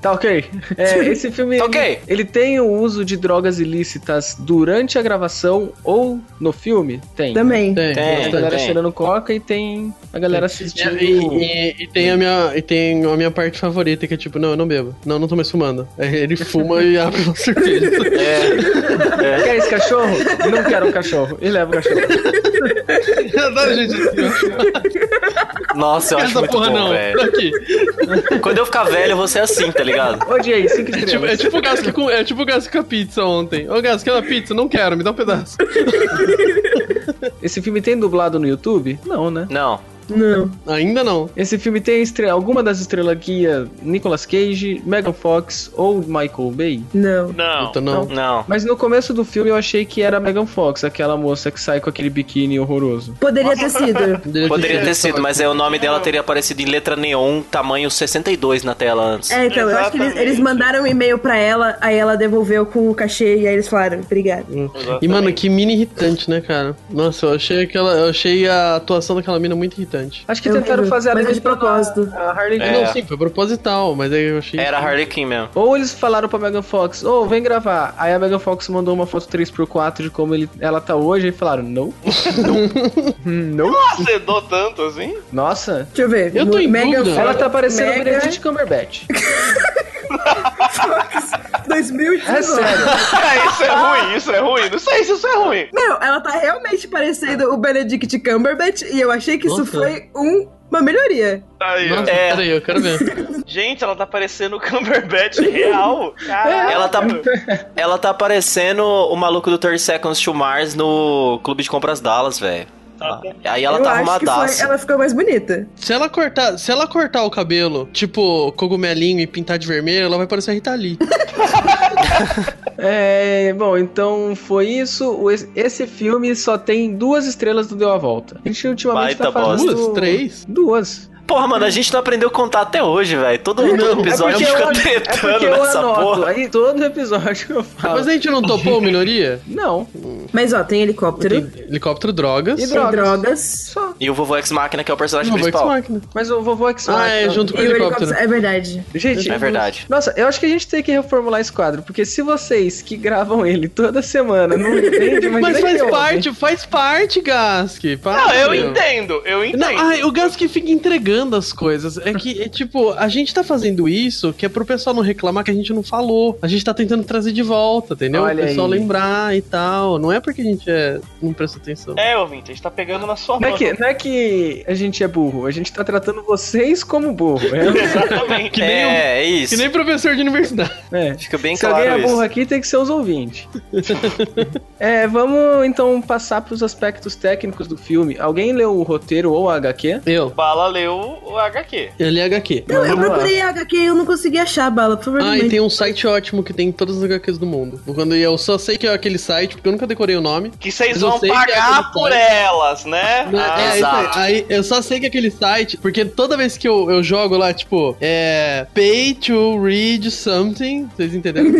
Speaker 1: Tá ok. É, esse filme.
Speaker 5: Tá
Speaker 1: ele-
Speaker 5: ok.
Speaker 1: Ele tem o uso de drogas ilícitas durante a gravação ou no filme? Tem.
Speaker 6: Também.
Speaker 4: Tem.
Speaker 5: Tem.
Speaker 1: Tem a galera
Speaker 5: tem.
Speaker 1: cheirando coca e tem a galera
Speaker 4: E,
Speaker 1: assistindo.
Speaker 4: e- e tem a minha, e tem a minha parte favorita, que é tipo, não, eu não bebo. Não, não tô mais fumando. Aí ele fuma e abre uma
Speaker 5: [LAUGHS]
Speaker 4: cerveja.
Speaker 5: É.
Speaker 1: Quer esse cachorro? Não quero um cachorro. E leva o cachorro.
Speaker 4: Eu adoro gente assim, ó.
Speaker 5: Nossa, eu acho
Speaker 4: Essa
Speaker 5: muito
Speaker 4: porra
Speaker 5: bom,
Speaker 4: não.
Speaker 5: velho.
Speaker 4: Aqui.
Speaker 5: Quando eu ficar velho, eu vou ser assim, tá ligado?
Speaker 1: Ô, Jay,
Speaker 4: [LAUGHS]
Speaker 1: cinco
Speaker 4: É tipo, é
Speaker 1: estrelas.
Speaker 4: tipo o Gas que com, é tipo o Gas com a pizza ontem. Ô, Gas, quer uma pizza? Não quero, me dá um pedaço.
Speaker 1: Esse filme tem dublado no YouTube? Não, né?
Speaker 5: Não.
Speaker 6: Não.
Speaker 4: Ainda não.
Speaker 1: Esse filme tem estre- alguma das estrelas guia Nicolas Cage, Megan Fox ou Michael Bay?
Speaker 6: Não.
Speaker 2: Não.
Speaker 4: Puta, Então, não.
Speaker 5: Não.
Speaker 1: Mas no começo do filme eu achei que era a Megan Fox, aquela moça que sai com aquele biquíni horroroso.
Speaker 6: Poderia ter
Speaker 4: [LAUGHS]
Speaker 6: sido.
Speaker 5: Poderia ter sido, mas é, o nome dela teria aparecido em letra neon, tamanho 62 na tela antes.
Speaker 6: É, então, eu acho que eles, eles mandaram um e-mail pra ela, aí ela devolveu com o cachê e aí eles falaram, obrigado.
Speaker 2: Hum.
Speaker 4: Então, E, mano, que mina irritante, né, cara? Nossa, eu achei aquela. Eu achei a atuação daquela mina muito irritante.
Speaker 1: Acho que
Speaker 6: Eu
Speaker 1: tentaram
Speaker 6: lembro,
Speaker 1: fazer
Speaker 6: mas é de
Speaker 1: imitar
Speaker 6: propósito.
Speaker 1: A Harley
Speaker 5: É.
Speaker 1: Quinn.
Speaker 4: Não, sim, foi proposital, mas aí eu achei.
Speaker 5: Era a Harley Quinn mesmo.
Speaker 1: Ou eles falaram pra Megan Fox, ô, vem gravar. Aí a Megan Fox mandou uma foto 3x4 de como ele- ela tá hoje e falaram,
Speaker 4: [LAUGHS]
Speaker 1: não. não. não.
Speaker 2: Acedou tanto assim?
Speaker 1: Nossa.
Speaker 6: Deixa eu ver.
Speaker 4: Eu tô em
Speaker 6: Megan
Speaker 4: dúvida.
Speaker 1: Ela tá parecendo o
Speaker 6: Megan-
Speaker 1: Benedict Cumberbatch.
Speaker 6: Fox 2019.
Speaker 1: É sério.
Speaker 6: [LAUGHS]
Speaker 2: Ah, isso é ruim, isso é ruim. Não sei se isso é ruim.
Speaker 6: Meu, ela tá realmente parecendo o Benedict Cumberbatch e eu achei que isso
Speaker 4: Nossa.
Speaker 6: foi um- uma melhoria.
Speaker 2: Aí, ó.
Speaker 4: Nossa,
Speaker 5: É.
Speaker 4: peraí, eu quero ver.
Speaker 2: Gente, ela tá parecendo o Cumberbatch real. Caralho.
Speaker 5: Ela tá, ela tá parecendo o maluco do 30 Seconds to Mars no Clube de Compras Dallas, velho.
Speaker 2: Tá.
Speaker 5: Aí ela
Speaker 6: eu
Speaker 5: tá
Speaker 6: acho que foi,
Speaker 5: arrumadaça.
Speaker 6: ela ficou mais bonita.
Speaker 4: Se ela cortar, se ela cortar o cabelo, tipo, cogumelinho e pintar de vermelho, ela vai parecer a Rita Lee.
Speaker 1: É, bom, então foi isso. O- Esse filme só tem duas estrelas do Deu a Volta. A gente ultimamente tá
Speaker 5: Baita
Speaker 1: fazendo...
Speaker 5: bosta.
Speaker 4: Duas? Três?
Speaker 1: Duas.
Speaker 5: Porra, mano, a gente não aprendeu a contar até hoje, velho. Todo episódio
Speaker 1: porque
Speaker 5: fica
Speaker 1: eu- É
Speaker 5: tretando
Speaker 1: porque eu
Speaker 5: nessa
Speaker 1: anoto.
Speaker 5: porra.
Speaker 1: Aí todo episódio eu falo.
Speaker 4: Mas é- a gente não topou a minoria?
Speaker 1: Não.
Speaker 6: Mas ó, tem helicóptero,
Speaker 4: Tem
Speaker 6: tem,
Speaker 4: helicóptero drogas.
Speaker 1: E
Speaker 6: drogas.
Speaker 1: Só.
Speaker 5: E o vovô Ex-Máquina, que é o personagem
Speaker 4: Não, vou
Speaker 5: principal.
Speaker 4: Ex-Machina.
Speaker 1: Mas o vovô x
Speaker 4: né? Ah, é, junto com
Speaker 6: E
Speaker 4: o
Speaker 6: o
Speaker 4: helicóptero.
Speaker 6: helicóptero, é verdade.
Speaker 1: Gente,
Speaker 5: É verdade.
Speaker 1: Nossa, eu acho que a gente tem que reformular esse quadro, porque se vocês que gravam ele toda semana não entendem, mas, é
Speaker 4: Mas
Speaker 1: nem
Speaker 4: faz
Speaker 1: eu,
Speaker 4: parte, faz parte, Gask.
Speaker 2: Não,
Speaker 4: Para,
Speaker 2: eu
Speaker 4: meu.
Speaker 2: entendo, eu entendo.
Speaker 4: Não, ah. ai, o Gask fica entregando as coisas. É que, é tipo, a gente tá fazendo isso que é pro pessoal não reclamar que a gente não falou. A gente tá tentando trazer de volta, entendeu?
Speaker 1: Olha
Speaker 4: o pessoal
Speaker 1: aí.
Speaker 4: lembrar e tal. Não é porque a gente é, não presta atenção.
Speaker 2: É, ouvinte, a gente tá pegando na sua
Speaker 1: Não é,
Speaker 2: mão.
Speaker 1: que, não é que a gente é burro, a gente tá tratando vocês como burro. É,
Speaker 2: Exatamente.
Speaker 4: [LAUGHS] Que nem
Speaker 5: é, é isso.
Speaker 4: Que nem professor de universidade.
Speaker 1: é.
Speaker 5: Fica bem
Speaker 1: Se alguém
Speaker 5: claro
Speaker 1: é
Speaker 5: isso.
Speaker 1: burro aqui, tem que ser os ouvintes. é, vamos então passar pros aspectos técnicos do filme. Alguém leu o roteiro ou a HQ?
Speaker 4: Eu.
Speaker 2: Bala leu o HQ.
Speaker 4: Eu li HQ.
Speaker 6: Não, eu
Speaker 1: Vamos lá.
Speaker 6: procurei a HQ e eu não consegui achar, Bala, por favor.
Speaker 4: Ah,
Speaker 6: me-
Speaker 4: e tem um site ótimo que tem todas as HQs do mundo. Quando eu só sei que é aquele site, porque eu nunca decorei o nome.
Speaker 2: Que vocês
Speaker 4: Mas eu
Speaker 2: vão
Speaker 4: sei que é
Speaker 2: pagar
Speaker 4: aquele
Speaker 2: por
Speaker 4: site.
Speaker 2: elas, né?
Speaker 4: Não,
Speaker 2: Ah,
Speaker 4: é,
Speaker 5: Exato.
Speaker 4: Aí, eu só sei que é aquele site, porque toda vez que eu, eu jogo lá, tipo, é. Pay to read something. Vocês entenderam?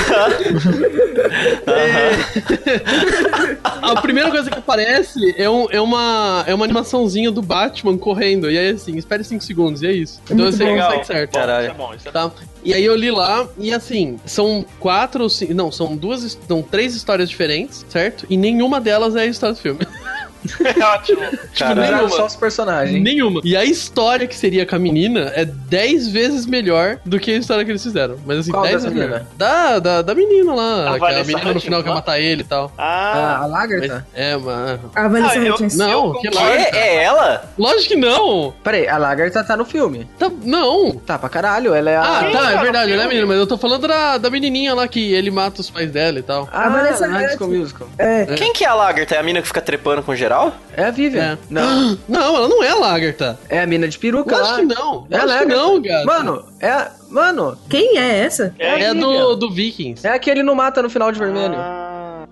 Speaker 4: É. [LAUGHS] A primeira coisa que aparece é, um- é uma, é uma animaçãozinha do Batman correndo. E aí, assim, espere 5 segundos, e é isso. Então eu sei que é um
Speaker 5: legal.
Speaker 4: site certo.
Speaker 2: Bom,
Speaker 5: Caralho.
Speaker 2: isso é bom, isso é
Speaker 4: Tá? E aí eu li lá, e assim, são quatro ou cinco. Não, são duas. his- Não, três histórias diferentes, certo? E nenhuma delas é a história do filme.
Speaker 2: bom. [LAUGHS] ótimo.
Speaker 5: Caralho.
Speaker 1: Não, só os personagens.
Speaker 4: Nenhuma. E a história que seria com a menina é 10 vezes melhor do que a história que eles fizeram. Mas assim,
Speaker 1: Qual
Speaker 4: 10
Speaker 1: da
Speaker 4: vezes melhor.
Speaker 1: menina?
Speaker 4: Da, da, da menina lá.
Speaker 2: A
Speaker 4: que é a
Speaker 2: Ah, Vanessa
Speaker 4: menina no final quer
Speaker 2: Hudgens,
Speaker 4: matar ele e tal.
Speaker 1: Ah,
Speaker 2: Ah,
Speaker 1: a
Speaker 4: Mas-
Speaker 1: Lagertha?
Speaker 4: é, mano.
Speaker 3: A Vanessa
Speaker 2: Ah, eu-
Speaker 3: Hudgens.
Speaker 4: Não,
Speaker 2: Eu
Speaker 4: que
Speaker 5: Que?
Speaker 4: lógico.
Speaker 5: É ela?
Speaker 4: Lógico que não.
Speaker 1: Peraí, a Lagertha tá no filme.
Speaker 4: Tá, não.
Speaker 1: Tá pra caralho, ela é a.
Speaker 4: Ah,
Speaker 2: Sim,
Speaker 4: tá, é
Speaker 2: cara,
Speaker 4: verdade, ela é
Speaker 2: filme.
Speaker 4: a menina, mas eu tô falando da, da menininha lá que ele mata os pais dela e tal.
Speaker 1: Ah,
Speaker 3: A Vanessa
Speaker 1: na High School Musical.
Speaker 3: É.
Speaker 5: Quem que é a Lagertha? É a mina que fica trepando com geral?
Speaker 1: É a Vivian.
Speaker 4: É.
Speaker 1: Não,
Speaker 4: [GASPS] Não, ela não é a Lagarta.
Speaker 1: é a mina de peruca
Speaker 4: Lógico
Speaker 1: lá.
Speaker 4: que não.
Speaker 1: É a
Speaker 4: Lógico que
Speaker 1: Lagertha.
Speaker 4: não, cara.
Speaker 1: Mano, é a... Mano,
Speaker 3: Quem é essa?
Speaker 2: é,
Speaker 4: é
Speaker 1: a
Speaker 4: do,
Speaker 1: Vivian.
Speaker 4: do Vikings.
Speaker 1: é a que ele não mata no final de vermelho.
Speaker 2: Ah,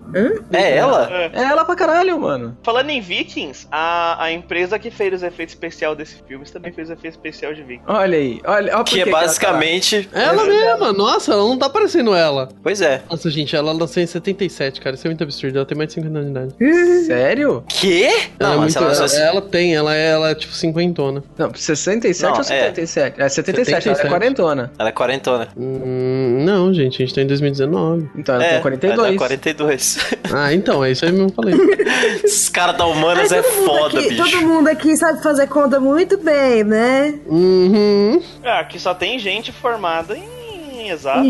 Speaker 5: É ela?
Speaker 2: é.
Speaker 1: É ela pra caralho, mano.
Speaker 2: Falando em Vikings, a, a empresa que fez os efeitos especiais desse filme também fez o efeito especial de Vikings.
Speaker 1: Olha aí, olha, olha por
Speaker 5: Que é
Speaker 1: que ela tá lá.
Speaker 5: basicamente.
Speaker 4: Ela mesma, nossa, ela não tá parecendo ela.
Speaker 5: Pois é.
Speaker 4: Nossa, gente, ela nasceu em 77, cara, isso é muito absurdo, ela tem mais de 50 anos de idade.
Speaker 1: Sério?
Speaker 5: Que?
Speaker 4: Ela, é
Speaker 5: Não, mas
Speaker 4: muito-
Speaker 5: ela
Speaker 4: ela-
Speaker 5: só.
Speaker 4: ela tem, ela é, ela é tipo cinquentona.
Speaker 1: Não, 67
Speaker 5: Não,
Speaker 1: ou 77? É, 77, ela
Speaker 4: 77.
Speaker 1: é quarentona.
Speaker 5: Ela é quarentona.
Speaker 4: Hum, não, gente, a gente tá em 2019.
Speaker 1: Então ela tem
Speaker 5: Ela é
Speaker 1: 42.
Speaker 5: 42.
Speaker 4: Ah, então, é isso aí mesmo que eu
Speaker 5: [LAUGHS]
Speaker 4: falei.
Speaker 5: Esses caras da Humanas é
Speaker 3: Ai, todo mundo
Speaker 5: foda,
Speaker 3: aqui-
Speaker 5: bicho.
Speaker 3: Todo mundo aqui sabe fazer conta muito bem, né?
Speaker 4: Uhum.
Speaker 2: Ah, que só tem gente formada em.
Speaker 5: Tá.
Speaker 2: Exato.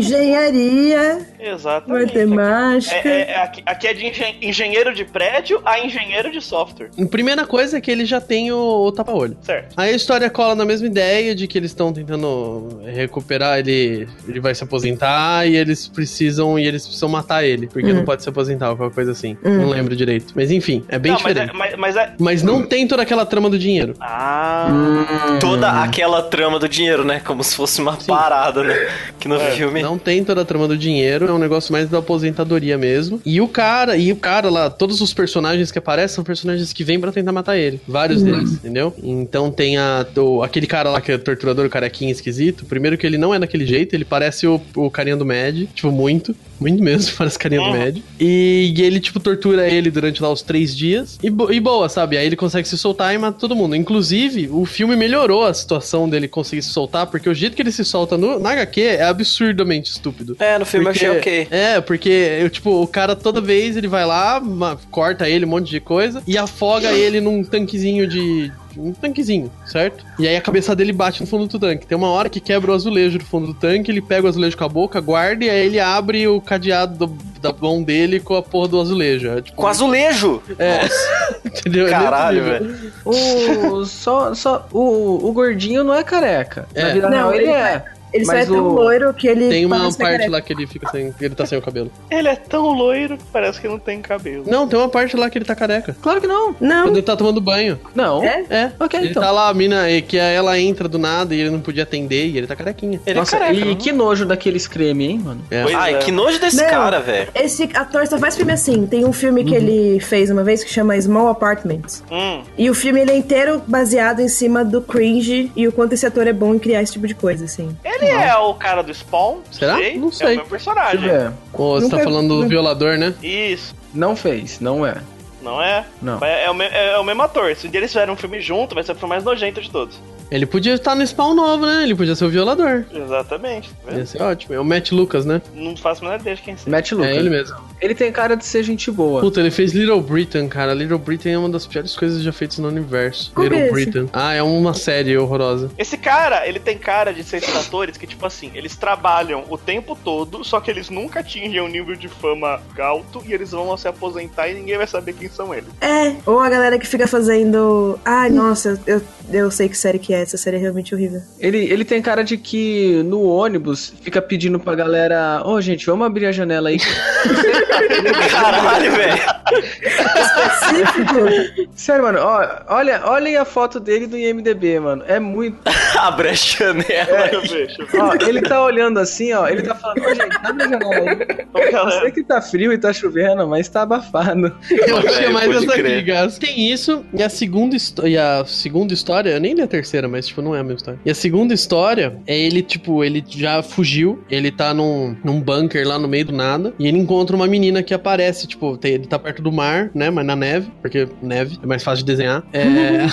Speaker 3: Engenharia,
Speaker 2: Exatamente.
Speaker 3: matemática.
Speaker 2: É, é, é, aqui, aqui é de engen- engenheiro de prédio a engenheiro de software.
Speaker 4: A primeira coisa é que ele já tem o, o tapa-olho.
Speaker 2: Certo.
Speaker 4: Aí a história cola na mesma ideia de que eles estão tentando recuperar ele, ele vai se aposentar e eles precisam e eles precisam matar ele, porque não pode se aposentar ou qualquer coisa assim. Não lembro direito. Mas enfim, é bem
Speaker 2: Não, mas é,
Speaker 4: diferente. Mas,
Speaker 2: mas, mas é.
Speaker 4: não tem toda aquela trama do dinheiro.
Speaker 2: Ah.
Speaker 5: Toda aquela trama do dinheiro, né? Como se fosse uma parada, né? Que no
Speaker 2: É,
Speaker 5: filme.
Speaker 4: Não tem toda a trama do dinheiro, é um negócio mais da aposentadoria mesmo. E o cara, e o cara lá, todos os personagens que aparecem são personagens que vêm pra tentar matar ele. Vários deles, entendeu? Então tem a, o- aquele cara lá que é torturador, o carequinha esquisito. Primeiro que ele não é daquele jeito, ele parece o, o carinha do Mad, tipo, muito. Muito mesmo, [LAUGHS] parece carinha do
Speaker 2: É.
Speaker 4: Mad. E, e ele, tipo, tortura ele durante lá os três dias. E, bo- e boa, sabe? Aí ele consegue se soltar e mata todo mundo. Inclusive, o filme melhorou a situação dele conseguir se soltar, porque o jeito que ele se solta no, na HQ é absurdamente estúpido.
Speaker 5: É, no filme
Speaker 4: Porque-
Speaker 5: eu achei ok.
Speaker 4: É, porque, eu, tipo, o cara toda vez ele vai lá, ma- corta ele um monte de coisa e afoga ele num tanquezinho de. Um tanquezinho, certo? E aí a cabeça dele bate no fundo do tanque. Tem uma hora que quebra o azulejo do fundo do tanque, ele pega o azulejo com a boca, guarda e aí ele abre o cadeado do- da mão dele com a porra do azulejo. É, tipo,
Speaker 5: Com azulejo!
Speaker 4: É. entendeu? É nesse
Speaker 5: Caralho,
Speaker 4: nível.
Speaker 5: velho.
Speaker 1: Hum. O, só, só, o, o gordinho não é careca.
Speaker 4: É.
Speaker 1: Na vida
Speaker 3: Não,
Speaker 1: real, ele,
Speaker 3: ele
Speaker 1: é.
Speaker 3: Ele só
Speaker 1: Mas
Speaker 3: é tão
Speaker 1: o-
Speaker 3: loiro que ele.
Speaker 4: Tem uma
Speaker 3: parece
Speaker 4: parte
Speaker 3: careca.
Speaker 4: lá que ele fica sem. Ele tá sem o cabelo.
Speaker 2: Ele é tão loiro que parece que não tem cabelo.
Speaker 4: Não, tem uma parte lá que ele tá careca.
Speaker 1: Claro que não.
Speaker 4: Quando
Speaker 3: Não.
Speaker 4: ele tá tomando banho.
Speaker 1: Não.
Speaker 3: É?
Speaker 4: É.
Speaker 1: Ok,
Speaker 4: ele
Speaker 1: então.
Speaker 4: tá lá, a mina, e que ela entra do nada e ele não podia atender e ele tá carequinha.
Speaker 2: Ele
Speaker 1: Nossa,
Speaker 2: é careca.
Speaker 1: e
Speaker 2: não?
Speaker 1: que nojo daquele creme, hein, mano?
Speaker 4: É.
Speaker 2: Pois
Speaker 5: Ai,
Speaker 2: é.
Speaker 5: que nojo desse
Speaker 3: Não.
Speaker 5: cara, velho.
Speaker 3: Esse ator só faz filme assim. Tem um filme
Speaker 4: Uhum.
Speaker 3: que ele fez uma vez que chama Small Apartments.
Speaker 2: Hum,
Speaker 3: E o filme ele é inteiro baseado em cima do cringe e o quanto esse ator é bom em criar esse tipo de coisa, assim.
Speaker 2: Ele é o cara do Spawn?
Speaker 4: Será? Não
Speaker 2: É
Speaker 4: sei.
Speaker 2: o meu
Speaker 5: Ah,
Speaker 1: Deixa eu
Speaker 2: personagem.
Speaker 1: ver.
Speaker 4: Ô, você tá
Speaker 3: Nunca-
Speaker 4: falando do violador, né?
Speaker 2: Isso.
Speaker 1: é, Não fez, não é.
Speaker 2: Não é?
Speaker 1: Não.
Speaker 2: Mas É, o me- é o mesmo ator. Se um dia eles fizerem um filme junto, vai ser o filme mais nojento de todos.
Speaker 4: Ele podia estar no spawn novo, né? Ele podia ser o violador.
Speaker 2: Exatamente. tá vendo?
Speaker 4: Ia ser ótimo. É o Matt Lucas, né?
Speaker 2: Não faço a menor ideia de quem seja.
Speaker 1: Matt Lucas.
Speaker 4: É ele mesmo.
Speaker 1: Ele tem cara de ser gente boa.
Speaker 4: Puta, ele fez Little Britain, cara. Little Britain é uma das piores coisas já feitas no universo.
Speaker 3: Qual que
Speaker 4: Little
Speaker 3: é esse?
Speaker 4: Britain. Ah, é uma série horrorosa.
Speaker 2: Esse cara, ele tem cara de ser esses atores que, tipo assim, eles trabalham o tempo todo, só que eles nunca atingem um nível de fama alto e eles vão se aposentar e ninguém vai saber quem são eles.
Speaker 3: É, ou a galera que fica fazendo. Ai,
Speaker 4: Hum.
Speaker 3: nossa, eu, eu, eu sei que série que é, essa série é realmente horrível.
Speaker 1: Ele, ele tem cara de que no ônibus fica pedindo pra galera:
Speaker 4: [LAUGHS]
Speaker 1: Ô, gente, vamos abrir a janela aí.
Speaker 5: Caralho, velho.
Speaker 3: específico. [LAUGHS]
Speaker 1: Sério, mano, ó, olha, olhem a foto dele do IMDB, mano. É muito.
Speaker 5: [LAUGHS] Abre a
Speaker 1: É.
Speaker 2: Deixa é eu
Speaker 5: janela.
Speaker 2: ver, deixa eu ver.
Speaker 1: Ó, ele tá olhando assim, ó. Ele tá falando, ô, gente, abre a janela aí.
Speaker 2: Ô,
Speaker 1: Eu sei [LAUGHS]
Speaker 2: Então, galera,
Speaker 1: que tá frio e tá chovendo, mas tá abafado.
Speaker 4: [LAUGHS] Eu
Speaker 5: Mas,
Speaker 4: tinha
Speaker 5: velho,
Speaker 4: mais
Speaker 5: pode
Speaker 4: essa
Speaker 5: crer.
Speaker 4: aqui, Gas. Tem isso, e a segunda história. E a segunda história, eu nem li a terceira, mas tipo, não é a mesma história. E a segunda história é ele, tipo, ele já fugiu, ele tá num, num bunker lá no meio do nada, e ele encontra uma menina que aparece, tipo, tem- ele tá perto do mar, né? Mas na neve, porque neve é mais fácil de desenhar. [LAUGHS] É,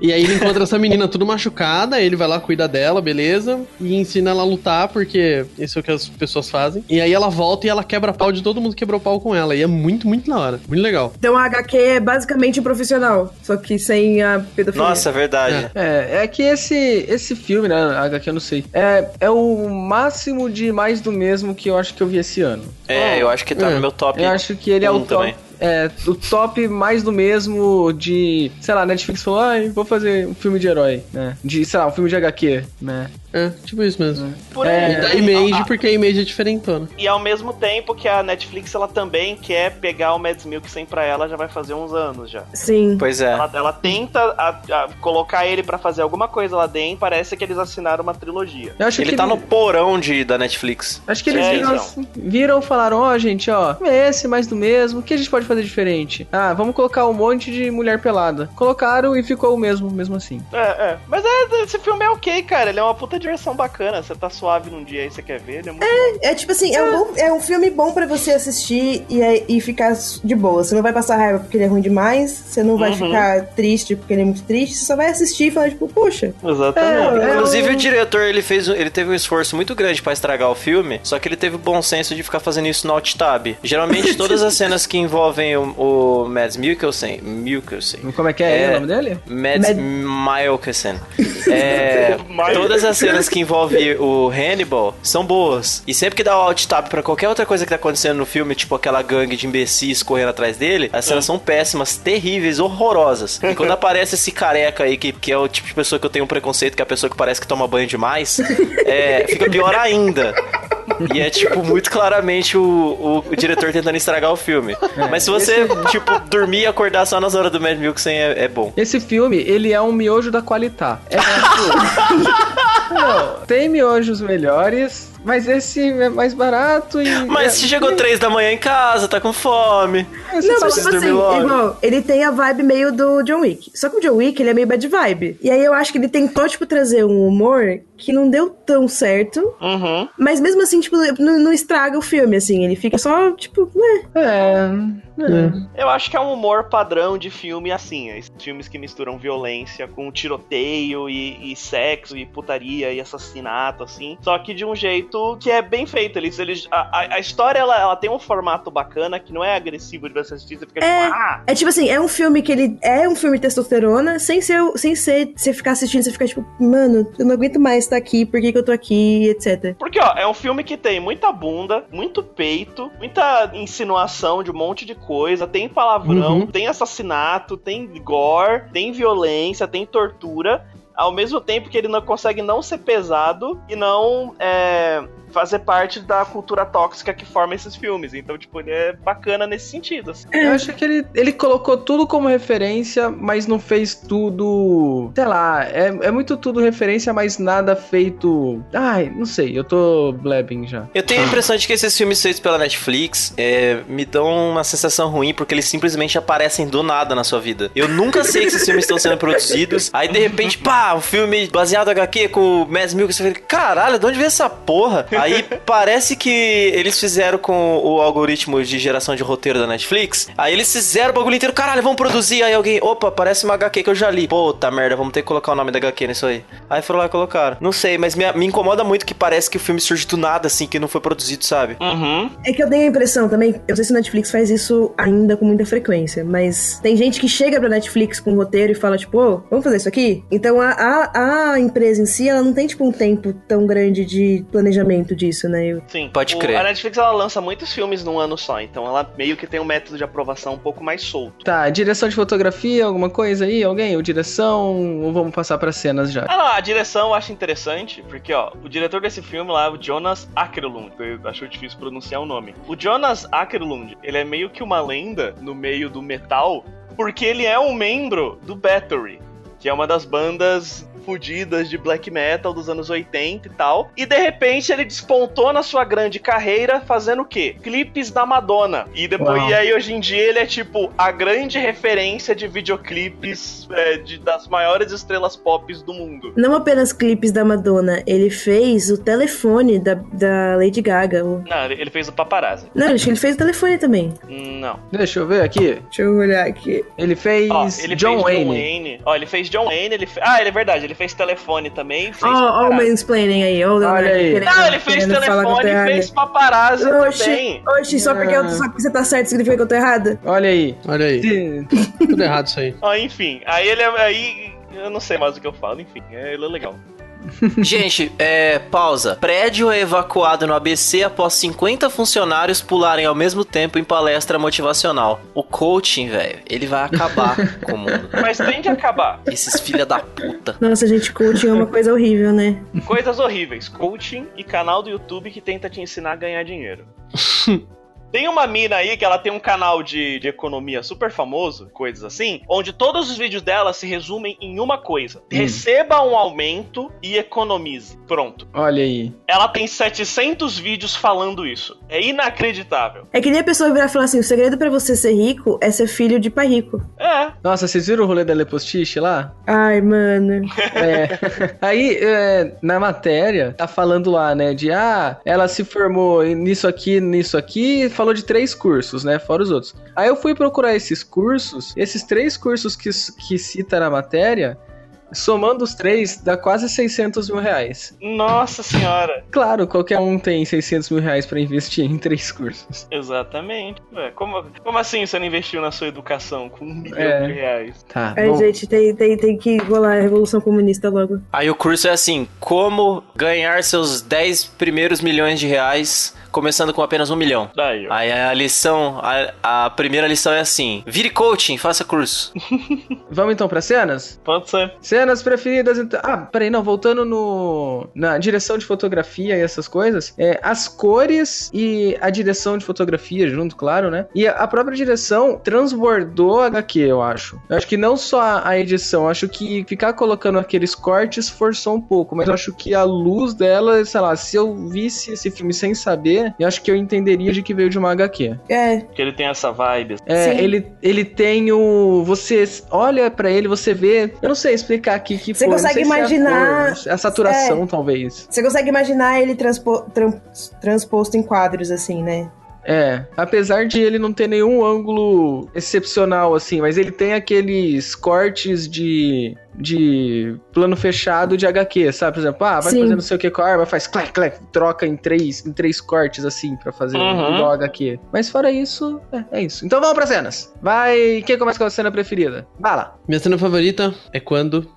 Speaker 4: e aí ele encontra essa menina tudo machucada, ele vai lá, cuida dela, beleza? E ensina ela a lutar, porque isso é o que as pessoas fazem. E aí ela volta e ela quebra pau de todo mundo que quebrou pau com ela. E é muito, muito da hora. Muito legal.
Speaker 3: Então a HQ é basicamente um profissional, só que sem a pedofilia.
Speaker 5: Nossa, é verdade.
Speaker 1: É, é que esse, esse filme, né, HQ, eu não sei, é, é o máximo de mais do mesmo que eu acho que eu vi esse ano.
Speaker 5: É, eu acho que tá
Speaker 4: É.
Speaker 5: no meu top.
Speaker 1: Eu acho que ele é o
Speaker 5: um também.
Speaker 1: top. É, o top mais do mesmo de, sei lá, Netflix falou, ai, vou fazer um filme de herói, né? De, sei lá, um filme de HQ, né?
Speaker 4: É, tipo isso mesmo.
Speaker 2: por
Speaker 1: É,
Speaker 4: E
Speaker 2: aí. né? Então,
Speaker 4: da Image, porque a Image é diferentona.
Speaker 2: E ao mesmo tempo que a Netflix ela também quer pegar o Mads Mikkelsen pra ela, já vai fazer uns anos já.
Speaker 3: Sim.
Speaker 5: Pois é.
Speaker 2: Ela, ela tenta a- a colocar ele pra fazer alguma coisa lá dentro, parece que eles assinaram uma trilogia.
Speaker 1: Eu acho
Speaker 5: Ele
Speaker 1: que
Speaker 5: tá no porão de, da Netflix.
Speaker 1: Acho que eles
Speaker 2: É,
Speaker 1: viram,
Speaker 2: então.
Speaker 1: assim- viram e falaram, ó, gente, ó, é esse, mais do mesmo, o que a gente pode fazer diferente? Ah, vamos colocar um monte de mulher pelada. Colocaram e ficou o mesmo, mesmo assim.
Speaker 2: É, é. Mas é, esse filme é ok, cara. Ele é uma puta diversão bacana. Você tá suave num dia aí, você quer ver? Ele é muito bom.
Speaker 6: É tipo assim, é um, bom- é um filme bom pra você assistir e, é- e ficar de boa. Você não vai passar raiva porque ele é ruim demais, você não vai
Speaker 2: Uhum.
Speaker 6: ficar triste porque ele é muito triste, você só vai assistir e falar, tipo, puxa,
Speaker 2: Exatamente.
Speaker 1: É,
Speaker 5: Inclusive, o diretor, ele fez, um- ele teve um esforço muito grande pra estragar o filme, só que ele teve o bom senso de ficar fazendo isso no alt tab. Geralmente, todas as cenas que envolvem o, o Mads Mikkelsen, Mikkelsen,
Speaker 1: Como é que é,
Speaker 5: É.
Speaker 1: ele, o nome dele?
Speaker 5: Mads Mikkelsen, é, todas as cenas que envolvem o Hannibal são boas. E sempre que dá o alt tab pra qualquer outra coisa que tá acontecendo no filme, tipo aquela gangue de imbecis correndo atrás dele, as cenas são péssimas, terríveis, horrorosas. E quando aparece esse careca aí, que, que é o tipo de pessoa que eu tenho um preconceito, que é a pessoa que parece que toma banho demais, é, fica pior ainda. E é, tipo, muito claramente o, o- o diretor tentando estragar o filme. Mas se você, tipo, dormir e acordar só nas horas do Mad Milksen, é, é bom.
Speaker 1: Esse filme, ele é um miojo da qualitá. É tipo... [LAUGHS] Não, tem miojos melhores, mas esse é mais barato e...
Speaker 5: Mas
Speaker 1: é,
Speaker 5: se chegou três da manhã em casa, tá com fome.
Speaker 1: você
Speaker 6: Não,
Speaker 1: fala-
Speaker 6: mas tipo assim, igual, ele tem a vibe meio do John Wick. Só que o John Wick, ele é meio bad vibe. E aí eu acho que ele tentou, tipo, trazer um humor que não deu tão certo,
Speaker 2: Uhum.
Speaker 6: mas mesmo assim, tipo, não, não estraga o filme, assim. Ele fica só, tipo, né?
Speaker 1: É, é.
Speaker 2: Eu acho que é um humor padrão de filme assim. é, esses Filmes que misturam violência com tiroteio e, e sexo e putaria e assassinato, assim. Só que de um jeito que é bem feito. Eles, eles, a, a- a história, ela, ela tem um formato bacana que não é agressivo de você assistir. Você fica
Speaker 6: É.
Speaker 2: tipo, ah,
Speaker 6: É tipo assim, é um filme que ele é um filme testosterona, sem ser, sem ser, você ficar assistindo, você ficar tipo, mano, eu não aguento mais estar aqui, por que, que eu tô aqui, etc.
Speaker 2: Porque, ó, é um filme que tem muita bunda, muito peito, muita insinuação de um monte de coisa, tem palavrão,
Speaker 4: Uhum.
Speaker 2: tem assassinato, tem gore, tem violência, tem tortura, ao mesmo tempo que ele não consegue não ser pesado e não é, fazer parte da cultura tóxica que forma esses filmes. Então, tipo, ele é bacana nesse sentido. assim.
Speaker 1: Eu acho que ele, ele colocou tudo como referência, mas não fez tudo. Sei lá, é, é muito tudo referência, mas nada feito. Ai, não sei, eu tô blebbing já.
Speaker 5: Eu tenho a impressão de que esses filmes feitos pela Netflix é, me dão uma sensação ruim porque eles simplesmente aparecem do nada na sua vida. Eu nunca sei que esses filmes estão sendo produzidos. Aí de repente, pá, um filme baseado em HQ com o Mads Mikkelsen. Você fica, caralho, de onde veio essa porra? Aí parece que eles fizeram com o algoritmo de geração de roteiro da Netflix. Aí eles fizeram o bagulho inteiro, caralho, vamos produzir. Aí alguém, opa, parece uma HQ que eu já li. Puta merda, vamos ter que colocar o nome da HQ nisso aí. Aí foram lá e colocaram. Não sei, mas me, me incomoda muito que parece que o filme surge do nada, assim, que não foi produzido, sabe?
Speaker 2: Uhum.
Speaker 6: É que eu tenho a impressão também, eu não sei se a Netflix faz isso ainda com muita frequência, mas tem gente que chega pra Netflix com um roteiro e fala, tipo, ô, vamos fazer isso aqui? Então a, a, a empresa em si, ela não tem, tipo, um tempo tão grande de planejamento disso, né? Eu-
Speaker 2: Sim.
Speaker 5: Pode
Speaker 2: O-
Speaker 5: crer.
Speaker 2: A Netflix, ela lança muitos filmes num ano só, então ela meio que tem um método de aprovação um pouco mais solto.
Speaker 1: Tá, direção de fotografia, alguma coisa aí? Alguém? Ou direção? Ou vamos passar pra cenas já?
Speaker 2: Ah, não, a direção eu acho interessante, porque, ó, o diretor desse filme lá é o Jonas Akerlund. Eu acho difícil pronunciar o nome. O Jonas Akerlund, ele é meio que uma lenda no meio do metal, Porque ele é um membro do Battery, que é uma das bandas fudidas de black metal dos anos 80 e tal. E de repente ele despontou na sua grande carreira fazendo o quê? Clipes da Madonna. E depois
Speaker 1: Uau.
Speaker 2: e aí hoje em dia ele é tipo a grande referência de videoclipes é, de- das maiores estrelas pop do mundo.
Speaker 6: Não apenas clipes da Madonna, ele fez o telefone da, da Lady Gaga. o-
Speaker 2: Não, ele ele fez o paparazzi.
Speaker 6: Não, acho que ele fez o telefone também.
Speaker 2: Não.
Speaker 1: Deixa eu ver aqui.
Speaker 6: Deixa eu olhar aqui.
Speaker 1: Ele fez
Speaker 2: Ó, ele
Speaker 1: John
Speaker 2: fez
Speaker 1: Wayne.
Speaker 2: John Wayne. Ó, ele fez John Wayne, ele fe... Ah, ele é verdade, ele fez telefone também. Fez
Speaker 6: Ó, ó o
Speaker 2: paparazzi.
Speaker 6: mansplaining aí. Ó, o Leonardo
Speaker 1: Olha aí.
Speaker 6: querendo-
Speaker 2: Não, ele fez
Speaker 6: querendo falar com o
Speaker 2: telefone e
Speaker 6: TH.
Speaker 2: fez paparazzi também.
Speaker 6: Oxi, oxi, só porque, eu-
Speaker 4: Ah.
Speaker 6: só porque você tá certo significa que eu tô errada?
Speaker 1: Olha aí.
Speaker 4: Olha aí, tudo errado isso aí.
Speaker 2: Ah, enfim, aí ele é- aí eu não sei mais o que eu falo, enfim, é, ele é legal.
Speaker 5: [LAUGHS] Gente, é. Pausa. Prédio é evacuado no ABC após 50 funcionários pularem ao mesmo tempo em palestra motivacional. O coaching, velho, ele vai [LAUGHS] acabar com o mundo.
Speaker 2: Mas tem que acabar.
Speaker 5: Esses filha da puta.
Speaker 6: Nossa, gente, coaching é uma coisa horrível, né?
Speaker 2: Coisas horríveis, coaching e canal do YouTube que tenta te ensinar a ganhar dinheiro. Tem uma mina aí que ela tem um canal de, de economia super famoso, coisas assim, onde todos os vídeos dela se resumem em uma coisa: receba um aumento e economize. Pronto.
Speaker 1: Olha aí.
Speaker 2: Ela tem 700 vídeos falando isso. É inacreditável.
Speaker 6: É que nem a pessoa virar e falar assim: o segredo pra você ser rico é ser filho de pai rico.
Speaker 2: É,
Speaker 1: Nossa, vocês viram o rolê da Lepostiche lá?
Speaker 6: Ai, mano.
Speaker 1: É. [LAUGHS] Aí, é, na matéria, tá falando lá, né, de ah, ela se formou nisso aqui, nisso aqui, falou de três cursos, né, fora os outros. Aí eu fui procurar esses cursos, esses três cursos que, que cita na matéria, somando os três, dá quase 600 mil reais.
Speaker 2: nossa senhora.
Speaker 1: Claro, qualquer um tem 600 mil reais pra investir em três cursos.
Speaker 2: Exatamente. Ué, como, como assim você não investiu na sua educação com um milhão
Speaker 1: É.
Speaker 2: de reais?
Speaker 1: Tá,
Speaker 4: Ah,
Speaker 6: Ai,
Speaker 1: bom.
Speaker 6: gente, tem, tem, tem que rolar a Revolução Comunista logo.
Speaker 5: Aí o curso é assim: como ganhar seus 10 primeiros milhões de reais, começando com apenas um milhão.
Speaker 2: Daí, ó.
Speaker 5: Aí a lição, a, a primeira lição é assim: vire coaching, faça curso.
Speaker 1: Vamos então pra cenas?
Speaker 2: Pode ser.
Speaker 1: Cenas preferidas. Então... Ah, peraí, não, voltando no. Na direção de fotografia e essas coisas. É, as cores e a direção de fotografia junto, claro, né? E a própria direção transbordou a HQ, eu acho. Eu acho que não só a- a edição, eu acho que ficar colocando aqueles cortes forçou um pouco, mas eu acho que a luz dela, sei lá, se eu visse esse filme sem saber, eu acho que eu entenderia de que veio de uma HQ.
Speaker 6: É,
Speaker 2: Porque ele tem essa vibe.
Speaker 1: É,
Speaker 6: Sim.
Speaker 1: ele, ele tem o. Você olha pra ele, você vê. Eu não sei explicar aqui que
Speaker 6: Você
Speaker 1: foi, não
Speaker 6: consegue
Speaker 1: sei se é a
Speaker 6: imaginar- É.
Speaker 1: cor, a, saturação, talvez.
Speaker 6: você consegue imaginar ele transpo, tran- transposto em quadros, assim, né?
Speaker 1: É. Apesar de ele não ter nenhum ângulo excepcional, assim, mas ele tem aqueles cortes de. De plano fechado de HQ, sabe? Por exemplo, ah, vai
Speaker 6: Sim.
Speaker 1: fazer não sei o que com a arma, faz clac, clac, troca em três, em três cortes assim pra fazer
Speaker 2: Uhum.
Speaker 1: igual a HQ. Mas fora isso, é, é isso. Então vamos pras cenas. Vai. Quem começa com a cena preferida? Vai lá.
Speaker 4: Minha cena favorita é quando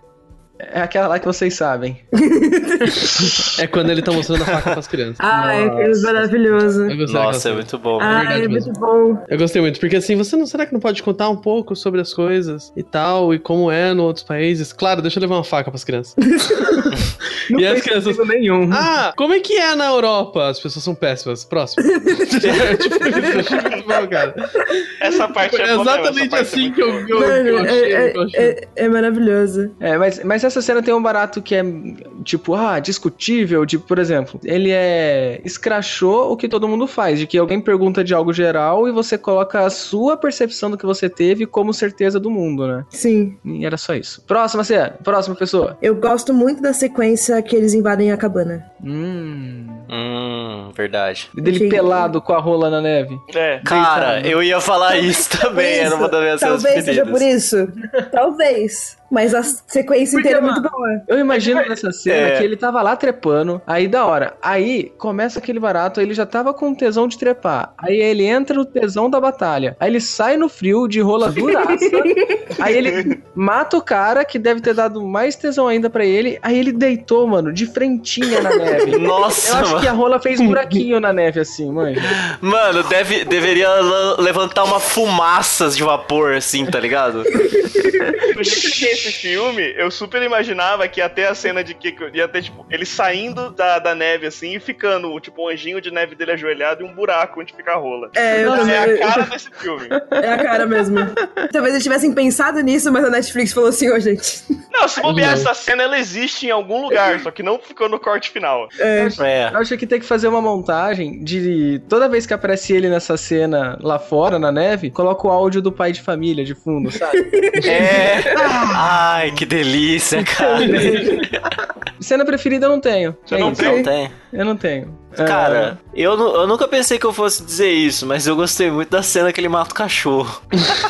Speaker 1: É aquela lá que vocês sabem.
Speaker 4: é quando ele tá mostrando a faca pras crianças.
Speaker 6: Ah,
Speaker 3: Ai,
Speaker 1: Nossa.
Speaker 3: aquilo é maravilhoso.
Speaker 4: Eu gostei daquela
Speaker 5: Nossa, é
Speaker 4: cena.
Speaker 5: muito bom.
Speaker 4: Ah.
Speaker 3: Ai,
Speaker 4: verdade
Speaker 3: é muito
Speaker 4: mesmo.
Speaker 3: bom.
Speaker 4: Eu gostei muito, porque assim, você não será que não pode contar um pouco sobre as coisas e tal, e como é em outros países? Claro, deixa eu levar uma faca pras crianças.
Speaker 1: Não
Speaker 4: E as
Speaker 1: fez
Speaker 4: crianças?
Speaker 1: sentido nenhum.
Speaker 4: Ah, como é que é na Europa? As pessoas são péssimas. Próximo. tipo, isso eu achei muito bom, cara.
Speaker 2: [LAUGHS] Essa parte
Speaker 4: Foi
Speaker 2: Tipo, é boa mesmo, essa
Speaker 4: exatamente
Speaker 2: parte é
Speaker 4: assim
Speaker 2: muito
Speaker 4: que eu,
Speaker 2: boa.
Speaker 4: que eu, que eu
Speaker 6: Mano,
Speaker 4: achei.
Speaker 6: é,
Speaker 4: que eu achei.
Speaker 6: é, é, é maravilhoso.
Speaker 1: É, mas, mas essa cena tem um barato que é, tipo, ah, discutível. De, por exemplo, ele é. escrachou o que todo mundo faz, de que alguém pergunta de algo geral e você coloca a sua percepção do que você teve como certeza do mundo, né?
Speaker 6: Sim.
Speaker 1: E era só isso. Próxima cena, próxima pessoa.
Speaker 6: Eu gosto muito da sequência que eles invadem a cabana.
Speaker 1: Hum.
Speaker 5: Hum, verdade.
Speaker 1: Dele
Speaker 6: Sim.
Speaker 1: pelado com a rola na neve.
Speaker 2: [LAUGHS] É.
Speaker 5: Cara, eu ia falar isso também,
Speaker 6: Por
Speaker 5: era uma das minhas cenas
Speaker 6: Talvez seja por
Speaker 5: preferidas.
Speaker 6: isso. Talvez. Mas a sequência
Speaker 1: Porque,
Speaker 6: inteira é
Speaker 1: mano,
Speaker 6: muito boa.
Speaker 1: Eu imagino nessa cena
Speaker 5: É.
Speaker 1: que ele tava lá trepando, aí da hora. Aí começa aquele barato, aí ele já tava com tesão de trepar. Aí ele entra no tesão da batalha. Aí ele sai no frio de rola
Speaker 5: [LAUGHS]
Speaker 1: duraça. aí ele mata o cara que deve ter dado mais tesão ainda pra ele. Aí ele deitou, mano, de frentinha na neve. Eu
Speaker 5: [LAUGHS] Nossa,
Speaker 1: acho
Speaker 5: mano.
Speaker 1: que a rola fez um buraquinho na neve assim, mãe.
Speaker 5: Mano, deve, deveria la- levantar uma fumaça de vapor, assim, tá ligado?
Speaker 2: Do jeito que é esse filme, eu super imaginava que ia ter a cena de que que ia ter, tipo, ele saindo da, da neve, assim, e ficando, tipo, um anjinho de neve dele ajoelhado e um buraco onde fica a rola.
Speaker 3: É, eu
Speaker 2: Essa
Speaker 3: também.
Speaker 2: é a cara desse filme.
Speaker 3: É a cara mesmo.
Speaker 6: [LAUGHS] Talvez eles tivessem pensado nisso, mas a Netflix falou assim, ô gente.
Speaker 2: Não, se bobear,
Speaker 4: Não.
Speaker 2: essa cena ela existe em algum lugar, só que não ficou no corte final.
Speaker 5: É.
Speaker 1: Eu acho que tem que fazer uma montagem de toda vez que aparece ele nessa cena lá fora, na neve, coloca o áudio do pai de família de fundo, sabe?
Speaker 5: É. Ai, que delícia, cara.
Speaker 1: Cena preferida eu não tenho.
Speaker 2: Você
Speaker 1: É
Speaker 2: não
Speaker 1: isso.
Speaker 2: tem?
Speaker 5: Não tem.
Speaker 1: Eu não tenho.
Speaker 5: Cara, eu, nu- eu nunca pensei que eu fosse dizer isso, mas eu gostei muito da cena que ele mata
Speaker 6: [LAUGHS]
Speaker 5: o cachorro.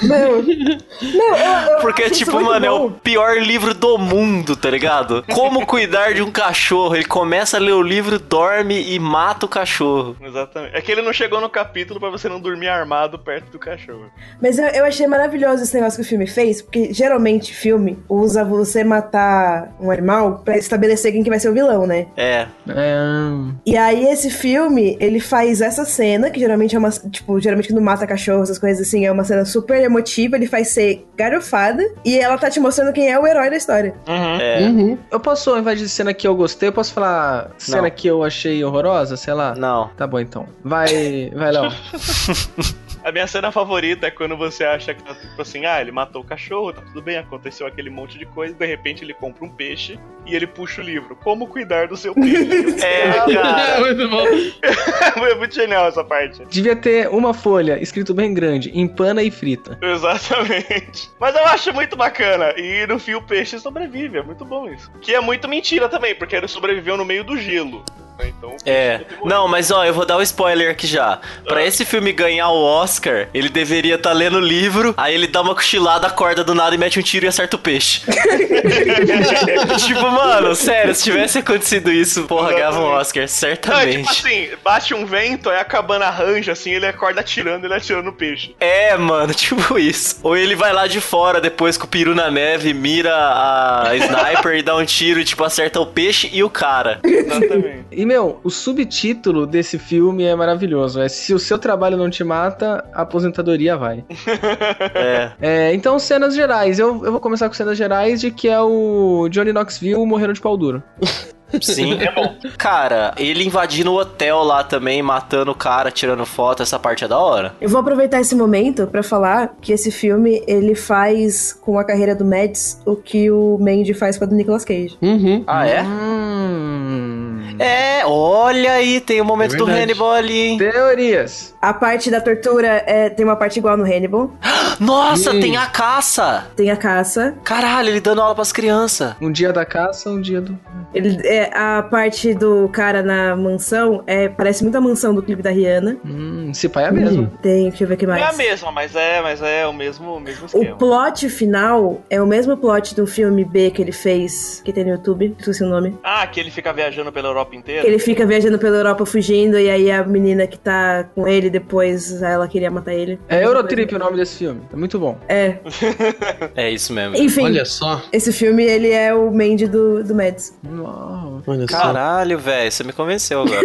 Speaker 6: Não. Não, eu, eu
Speaker 5: [LAUGHS] Porque,
Speaker 6: acho isso
Speaker 5: tipo,
Speaker 6: muito
Speaker 5: mano, é
Speaker 6: bom.
Speaker 5: o pior livro do mundo, tá ligado? Como cuidar de um cachorro? Ele começa a ler o livro, dorme e mata o cachorro.
Speaker 2: Exatamente. É que ele não chegou no capítulo pra você não dormir armado perto do cachorro.
Speaker 6: Mas eu, eu achei maravilhoso esse negócio que o filme fez, porque geralmente filme usa você matar um animal pra estabelecer quem que vai ser o vilão, né?
Speaker 5: É.
Speaker 1: É, é...
Speaker 6: E aí esse filme, ele faz essa cena, que geralmente é uma, tipo, geralmente quando mata cachorro, essas coisas assim, é uma cena super emotiva, ele faz ser garofada, e ela tá te mostrando quem é o herói da história.
Speaker 5: É.
Speaker 4: Uhum.
Speaker 1: Eu posso, ao invés de cena que eu gostei, eu posso falar cena
Speaker 5: Não.
Speaker 1: que eu achei horrorosa, sei lá?
Speaker 5: Não.
Speaker 1: Tá bom então. Vai, vai
Speaker 5: [LAUGHS]
Speaker 1: Léo.
Speaker 2: A minha cena favorita é quando você acha que tá tipo assim, ah, ele matou o cachorro, tá tudo bem, aconteceu aquele monte de coisa, de repente ele compra um peixe e ele puxa o livro. Como cuidar do seu peixe?
Speaker 5: É,
Speaker 4: É, [LAUGHS]
Speaker 5: cara.
Speaker 4: muito bom.
Speaker 2: [LAUGHS] é muito genial essa parte.
Speaker 1: Devia ter uma folha escrito bem grande, empana e frita.
Speaker 2: Exatamente. Mas eu acho muito bacana. E no fim o peixe sobrevive, é muito bom isso. Que é muito mentira também, porque ele sobreviveu no meio do gelo. né? Então, [LAUGHS]
Speaker 5: É. Não, mas ó, eu vou dar um spoiler aqui já. Pra esse filme ganhar o Oscar, ele deveria estar lendo o livro, aí ele dá uma cochilada, acorda do nada e mete um tiro e acerta o peixe. [LAUGHS] tipo, mano, sério, se tivesse acontecido isso, porra, ganhava um Oscar,
Speaker 2: não, é tipo
Speaker 5: certamente.
Speaker 2: assim, bate um vento, aí a cabana arranja, assim, ele acorda atirando, ele atirando no peixe.
Speaker 5: É, mano, [LAUGHS] tipo isso. Ou ele vai lá de fora depois com o peru na neve, mira a sniper e dá um tiro e, tipo, acerta o peixe e o cara.
Speaker 2: Exatamente.
Speaker 1: E, meu, o subtítulo desse filme é maravilhoso. É Se o seu trabalho não te mata, a aposentadoria vai.
Speaker 5: É.
Speaker 1: É, então, cenas gerais. Eu, eu vou começar com cenas gerais de que é o Johnny Knoxville morrendo de pau duro.
Speaker 5: Sim. É bom. Cara, ele invadindo o hotel lá também, matando o cara, tirando foto, essa parte é da hora.
Speaker 6: Eu vou aproveitar esse momento pra falar que esse filme, ele faz com a carreira do Mads o que o Mandy faz com a do Nicolas Cage.
Speaker 4: Uhum.
Speaker 5: Ah, é?
Speaker 1: Hum.
Speaker 5: É, olha aí, tem o momento
Speaker 4: É
Speaker 5: do
Speaker 4: verdade.
Speaker 5: Hannibal ali, hein?
Speaker 1: Teorias.
Speaker 6: A parte da tortura é, tem uma parte igual no Hannibal,
Speaker 5: Nossa,
Speaker 4: Hum.
Speaker 5: tem a caça!
Speaker 6: tem a caça,
Speaker 5: Caralho, ele dando aula pras crianças.
Speaker 1: Um dia da caça, um dia do.
Speaker 6: Ele- é, a parte do cara na mansão é, parece muito a mansão do clipe da Rihanna.
Speaker 1: Hum, se pai é mesmo.
Speaker 6: Tem, deixa eu ver o que
Speaker 2: É a
Speaker 6: mais.
Speaker 2: mesma, mas é, mas é o mesmo, o mesmo
Speaker 1: É
Speaker 6: o
Speaker 1: um
Speaker 2: esquema.
Speaker 6: plot final é o mesmo plot do filme B que ele fez, que tem no YouTube, esqueci o nome.
Speaker 2: Ah, que ele fica viajando pela Europa
Speaker 1: É.
Speaker 2: inteira?
Speaker 6: Que ele fica viajando pela Europa fugindo, e aí a menina que tá com ele depois, ela queria matar ele.
Speaker 1: É Eurotrip o nome desse filme. É muito bom.
Speaker 6: É.
Speaker 5: É isso mesmo.
Speaker 6: Enfim,
Speaker 4: Olha só.
Speaker 6: esse filme, ele é o Mandy do, do Mads.
Speaker 1: Uau.
Speaker 4: Olha só.
Speaker 5: Caralho, velho, você me
Speaker 6: [LAUGHS]
Speaker 5: convenceu agora.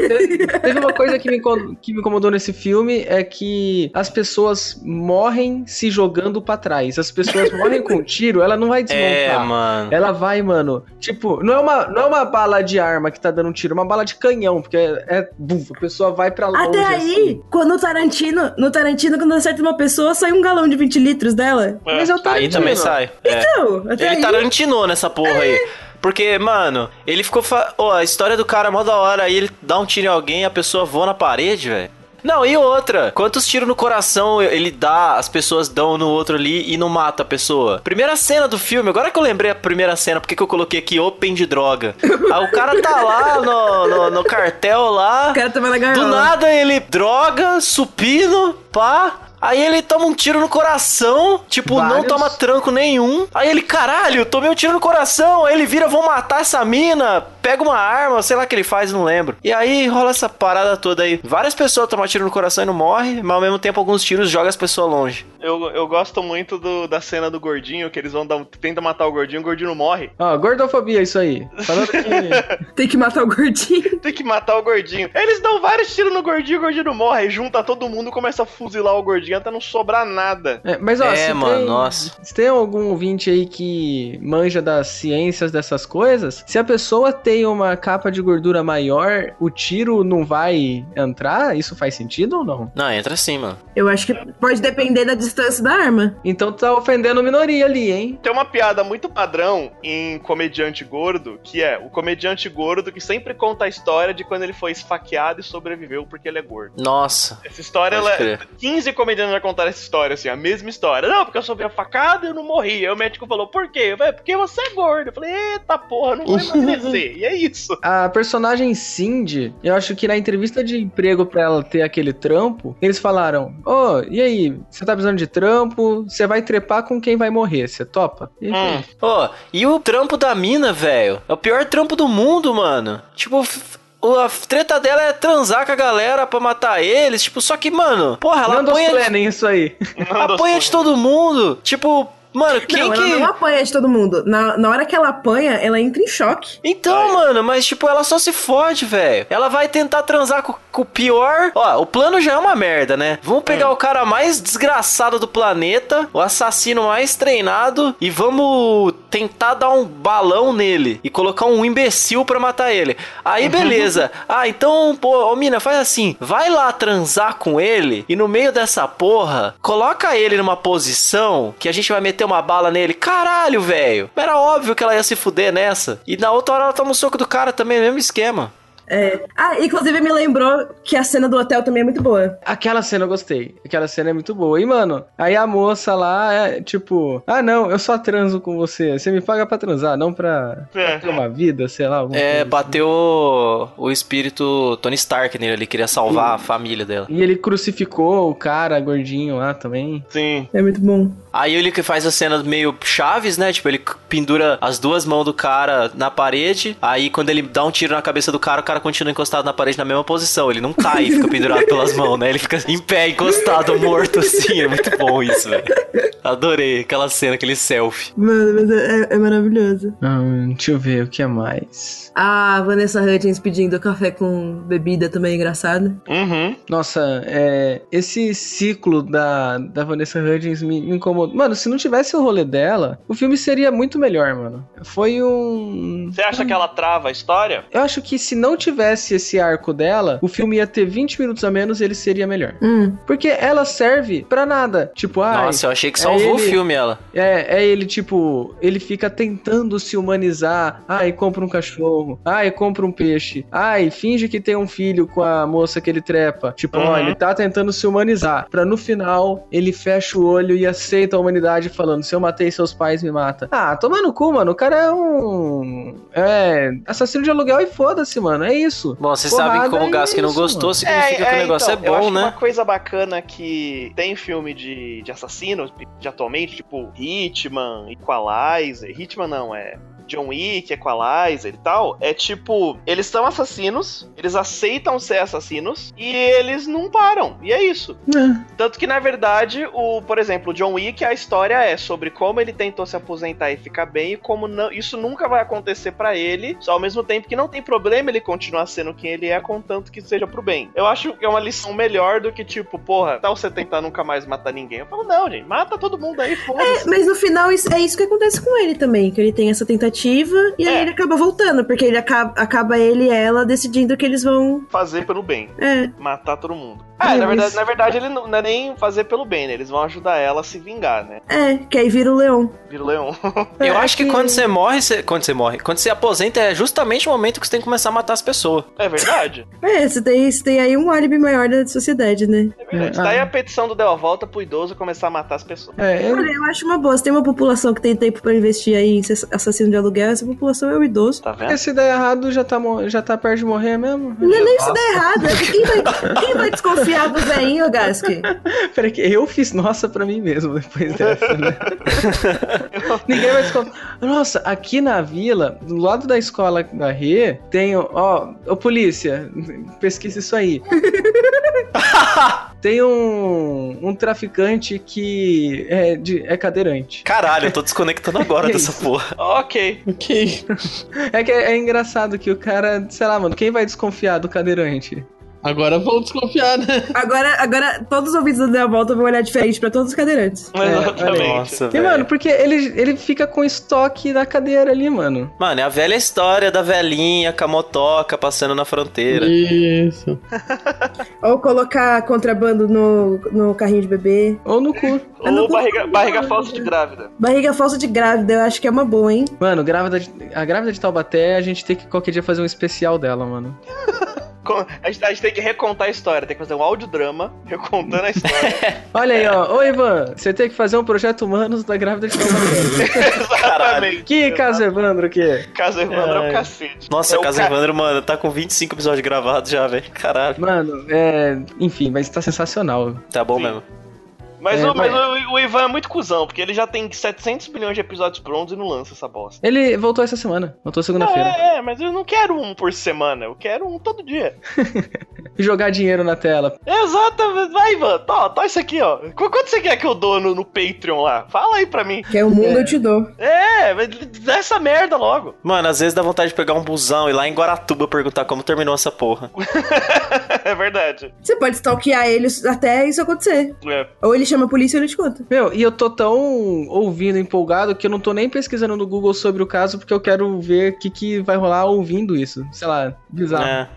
Speaker 1: Teve uma coisa que me, incom- que me incomodou nesse filme é que as pessoas morrem se jogando pra trás. As pessoas morrem com um tiro, ela não vai
Speaker 5: é,
Speaker 1: desmontar.
Speaker 5: mano.
Speaker 1: ela vai, mano. Tipo, não é, uma, não é uma bala de arma que tá dando um tiro, é uma bala de canhão, porque é. é bum, a pessoa vai pra longe.
Speaker 6: Até aí,
Speaker 1: assim.
Speaker 6: quando o Tarantino, no Tarantino, quando acerta uma pessoa, sai um galão de 20 litros dela.
Speaker 2: É.
Speaker 1: Mas eu tô
Speaker 5: Aí também sai. É.
Speaker 6: Não, Então, até aí. É.
Speaker 5: Ele
Speaker 1: tá
Speaker 5: tarantinou nessa porra aí. Porque, mano, ele ficou. Fa... Ó, a história do cara é mó da hora. Aí ele dá um tiro em alguém a pessoa voa na parede, velho. Não, e outra? Quantos tiros no coração ele dá, as pessoas dão no outro ali e não mata a pessoa? Primeira cena do filme, agora que eu lembrei a primeira cena, porque que eu coloquei aqui open
Speaker 6: [LAUGHS]
Speaker 5: de droga? Aí o cara tá lá no, no, no cartel lá.
Speaker 6: O cara tá tava na
Speaker 5: Do
Speaker 6: gaiola.
Speaker 5: nada ele droga, supino, pá. Aí ele toma um tiro no coração, tipo, não
Speaker 1: Vários.
Speaker 5: toma tranco nenhum. Aí ele, caralho, tomei um tiro no coração. Aí ele vira, vou matar essa mina. Pega uma arma, sei lá o que ele faz, não lembro. E aí rola essa parada toda aí. Várias pessoas tomam tiro no coração e não morrem, mas ao mesmo tempo alguns tiros jogam as pessoas longe.
Speaker 2: Eu, eu gosto muito do- da cena do gordinho, que eles vão dar, um- tenta matar o gordinho, o gordinho não morre. [LAUGHS]
Speaker 1: Ó, gordofobia, isso aí. Falando
Speaker 5: [LAUGHS]
Speaker 1: que.
Speaker 3: Tem que matar o gordinho.
Speaker 2: Tem que matar o gordinho. Eles dão vários tiros no gordinho, o gordinho não morre. Aí Junta todo mundo, começa a fuzilar o gordinho até não sobrar nada.
Speaker 1: É, mas ó,
Speaker 5: É,
Speaker 1: se
Speaker 5: mano,
Speaker 1: tem,
Speaker 5: nossa.
Speaker 1: Se tem algum ouvinte aí que manja das ciências dessas coisas, se a pessoa tem uma capa de gordura maior, o tiro não vai entrar? Isso faz sentido ou não?
Speaker 5: Não, entra assim, mano.
Speaker 6: Eu acho que
Speaker 3: Pode depender da distância da arma.
Speaker 1: Então tá ofendendo minoria ali, hein?
Speaker 2: Tem uma piada muito padrão em comediante gordo, que é o comediante gordo que sempre conta a história de quando ele foi esfaqueado e sobreviveu porque ele é gordo.
Speaker 5: Nossa.
Speaker 2: Essa história,
Speaker 5: Pode
Speaker 2: ela, é
Speaker 5: crer.
Speaker 2: 15 comediantes já contaram essa história, assim, a mesma história. Não, porque eu sofri a facada e eu não morri. Aí o médico falou, por quê? Eu falei, porque você é gordo. Eu falei, eita porra, não vou [LAUGHS] emagrecer. e é isso.
Speaker 1: A personagem Cindy, eu acho que na entrevista de emprego pra ela ter aquele trampo, eles falaram: Ô, e aí? Você tá precisando de trampo? Você vai trepar com quem vai morrer? Você topa? E aí,
Speaker 2: Hum.
Speaker 5: Ó, e o trampo da mina, velho? É o pior trampo do mundo, mano. Tipo, f- o- a treta dela é transar com a galera pra matar eles. Tipo, só que, mano, porra, ela
Speaker 1: Não dos
Speaker 5: apanha,
Speaker 1: Lennon, isso aí.
Speaker 2: Não dou
Speaker 5: apanha de
Speaker 2: sorte.
Speaker 5: todo mundo. Tipo, mano, quem
Speaker 6: não,
Speaker 5: que.
Speaker 6: ela não apanha de todo mundo. Na, na hora que ela apanha, ela entra em choque.
Speaker 5: Então, mano, mas tipo, ela só se fode, velho. Ela vai tentar transar com, com o pior. Ó, o plano já é uma merda, né? Vamos pegar o cara mais desgraçado do planeta, o assassino mais treinado, e vamos tentar dar um balão nele e colocar um imbecil pra matar ele. Aí, beleza. ah, então, pô, ô mina, faz assim: vai lá transar com ele e no meio dessa porra, coloca ele numa posição que a gente vai meter uma bala nele. Caralho, velho. Era óbvio que ela ia se fuder nessa. E na outra hora ela toma um soco do cara também, mesmo esquema.
Speaker 6: Ah, inclusive me lembrou que a cena do hotel também é muito boa.
Speaker 1: Aquela cena eu gostei. Aquela cena é muito boa. E, mano, aí a moça lá é tipo: Ah, não, eu só transo com você. Você me paga pra transar, não pra, pra ter uma vida, sei lá. alguma
Speaker 5: É,
Speaker 1: coisa."
Speaker 5: bateu o, o espírito Tony Stark nele ali, queria salvar a família dela.
Speaker 1: E ele crucificou o cara gordinho lá também.
Speaker 2: Sim.
Speaker 6: É muito bom.
Speaker 5: Aí ele que faz a cena meio chaves, né? Tipo, ele c- pendura as duas mãos do cara na parede. Aí quando ele dá um tiro na cabeça do cara, o cara continua encostado na parede na mesma posição. Ele não cai, fica pendurado pelas mãos, né? Ele fica em pé, encostado, morto assim. É muito bom isso, velho. Adorei aquela cena, aquele selfie.
Speaker 6: Mano, mas é, é maravilhoso.
Speaker 1: Hum, deixa eu ver o que é mais.
Speaker 6: Ah, Vanessa Hudgens pedindo café com bebida também é engraçado.
Speaker 2: Uhum.
Speaker 1: Nossa, é, esse ciclo da, da Vanessa Hudgens me, me incomodou. Mano, se não tivesse o rolê dela, o filme seria muito melhor, mano. Foi um.
Speaker 2: Você acha que ela trava a história?
Speaker 1: Eu acho que se não tivesse esse arco dela, o filme ia ter 20 minutos a menos e ele seria melhor.
Speaker 6: Hum.
Speaker 1: Porque ela serve pra nada. Tipo, ah,
Speaker 5: Nossa, eu achei que salvou o
Speaker 1: ele-
Speaker 5: filme ela.
Speaker 1: é, é ele, tipo, ele fica tentando se humanizar. Ai, compra um cachorro. Ai, compra um peixe. Ai, finge que tem um filho com a moça que ele trepa. Tipo,
Speaker 2: Uhum.
Speaker 1: ó, ele tá tentando se humanizar. Pra no final, ele fecha o olho e aceita a humanidade falando: se eu matei seus pais, me mata. Ah, toma no cu, mano. O cara é um. É. Assassino de aluguel e foda-se, mano. É isso.
Speaker 5: Bom, vocês
Speaker 1: Porrada
Speaker 5: sabem que como o
Speaker 1: é
Speaker 5: Gask não
Speaker 1: isso,
Speaker 5: gostou,
Speaker 1: mano.
Speaker 5: significa que o negócio
Speaker 2: então,
Speaker 5: é
Speaker 2: eu
Speaker 5: bom,
Speaker 2: acho
Speaker 5: né?
Speaker 2: Uma coisa bacana que tem filme de, de assassinos de atualmente, tipo Hitman, Equalizer. Hitman não, é. John Wick, Equalizer e tal, é tipo, eles são assassinos, eles aceitam ser assassinos e eles não param. E é isso. Tanto que, na verdade, o, por exemplo, o John Wick, a história é sobre como ele tentou se aposentar e ficar bem, e como não- isso nunca vai acontecer pra ele. Só ao mesmo tempo que não tem problema ele continuar sendo quem ele é, contanto que seja pro bem. Eu acho que é uma lição melhor do que, tipo, porra, tal você tentar nunca mais matar ninguém. Eu falo, não, gente, mata todo mundo aí, foda-se.
Speaker 6: Mas no final isso- é isso que acontece com ele também, que ele tem essa tentativa e aí
Speaker 2: É.
Speaker 6: ele acaba voltando, porque ele acaba, acaba ele e ela decidindo que eles vão.
Speaker 2: Fazer pelo bem.
Speaker 6: É.
Speaker 2: Matar todo mundo. Ah, na verdade, na verdade, ele não, não é nem fazer pelo bem, né? Eles vão ajudar ela a se vingar, né?
Speaker 6: É, que aí vira o leão.
Speaker 2: Vira o leão. [LAUGHS]
Speaker 1: é
Speaker 5: Eu acho que quando você morre, você- quando você morre, quando você aposenta é justamente o momento que você tem que começar a matar as pessoas.
Speaker 2: É verdade.
Speaker 6: É, você tem, você tem aí um álibi maior da sociedade, né?
Speaker 2: É verdade.
Speaker 1: Ah.
Speaker 2: Daí a petição do Deu a Volta pro idoso começar a matar as pessoas.
Speaker 1: É, eu,
Speaker 6: Olha, eu acho uma boa. Se tem uma população que tem tempo pra investir aí em assass- assassino de aluguel, essa população é o idoso.
Speaker 2: Tá vendo?
Speaker 1: esse der errado já tá, mo- já tá perto de morrer mesmo?
Speaker 6: Não é nem se der errado. é que Quem vai, quem vai desconfiar piada do veinho, Gaski.
Speaker 1: [LAUGHS] Peraí, que eu fiz nossa pra mim mesmo [LAUGHS] depois dessa, né? Ninguém vai descontar. Nossa, aqui na vila, do lado da escola da Rê, tem, ó, ô polícia, pesquisa isso [LAUGHS] aí. tem um, um traficante que é, de- é cadeirante.
Speaker 5: Caralho, eu tô desconectando agora
Speaker 1: Que
Speaker 5: dessa
Speaker 1: isso?
Speaker 5: porra.
Speaker 2: [LAUGHS] Ok.
Speaker 4: Ok.
Speaker 1: É que é, é engraçado que o cara, sei lá, mano, quem vai desconfiar do cadeirante?
Speaker 4: Agora vão desconfiar, né?
Speaker 6: Agora, agora todos os ouvintes do Deu a Volta vão olhar diferente pra todos os cadeirantes.
Speaker 2: Exatamente.
Speaker 5: Nossa,
Speaker 1: E,
Speaker 5: velho.
Speaker 1: mano, porque ele, ele fica com estoque na cadeira ali, mano.
Speaker 5: Mano, é a velha história da velhinha com a motoca passando na fronteira.
Speaker 4: Isso.
Speaker 6: Ou colocar contrabando no, no carrinho de bebê.
Speaker 1: Ou no cu.
Speaker 6: Eu não
Speaker 2: Ou
Speaker 6: tô
Speaker 2: barriga,
Speaker 6: falando
Speaker 2: barriga
Speaker 6: nada.
Speaker 2: falsa de grávida.
Speaker 6: Barriga falsa de grávida, eu acho que é uma boa, hein?
Speaker 1: Mano, grávida de- a grávida de Taubaté, a gente tem que qualquer dia fazer um especial dela, mano.
Speaker 2: Com- A gente, a gente tem que recontar a história, tem que fazer um audiodrama recontando a história.
Speaker 1: Olha aí, ó. Ô, Ivan, você tem que fazer um projeto humanos da grávida de Taubaté.
Speaker 2: Exatamente.
Speaker 1: que caso, Evandro, que?
Speaker 2: Caso Evandro é
Speaker 4: Ai.
Speaker 2: o cacete.
Speaker 5: Nossa,
Speaker 2: é o
Speaker 5: Casa
Speaker 2: ca-
Speaker 5: Evandro, mano, tá com 25 episódios gravados já, velho. Caralho.
Speaker 1: Mano, é. Enfim, mas tá sensacional.
Speaker 5: Tá bom
Speaker 2: Sim.
Speaker 5: mesmo.
Speaker 2: Mas,
Speaker 1: É,
Speaker 2: o, mas
Speaker 1: vai.
Speaker 2: o- o Ivan é muito cuzão, porque ele já tem 700 milhões de episódios prontos e não lança essa bosta.
Speaker 1: Ele voltou essa semana, voltou
Speaker 2: Não,
Speaker 1: segunda-feira.
Speaker 2: é, é, mas eu não quero um por semana, eu quero um todo dia.
Speaker 1: Jogar dinheiro na tela.
Speaker 2: Exatamente, vai, Ivan, tá, tá isso aqui, ó. Qu- Quanto você quer que eu dou no, no Patreon lá? Fala aí pra mim.
Speaker 6: Que é o mundo eu te dou.
Speaker 2: É, mas dá essa merda logo. [LAUGHS]
Speaker 5: Mano, às vezes dá vontade de pegar um busão e ir lá em Guaratuba perguntar como terminou essa porra.
Speaker 2: é verdade.
Speaker 6: Você pode stalkear ele até isso acontecer.
Speaker 2: É.
Speaker 6: Ou ele chama a polícia e ele te conta.
Speaker 1: Meu, e eu tô tão ouvindo, empolgado, que eu não tô nem pesquisando no Google sobre o caso, porque eu quero ver o que, que vai rolar ouvindo isso. Sei lá,
Speaker 2: Tá.
Speaker 1: bizarro.
Speaker 5: É.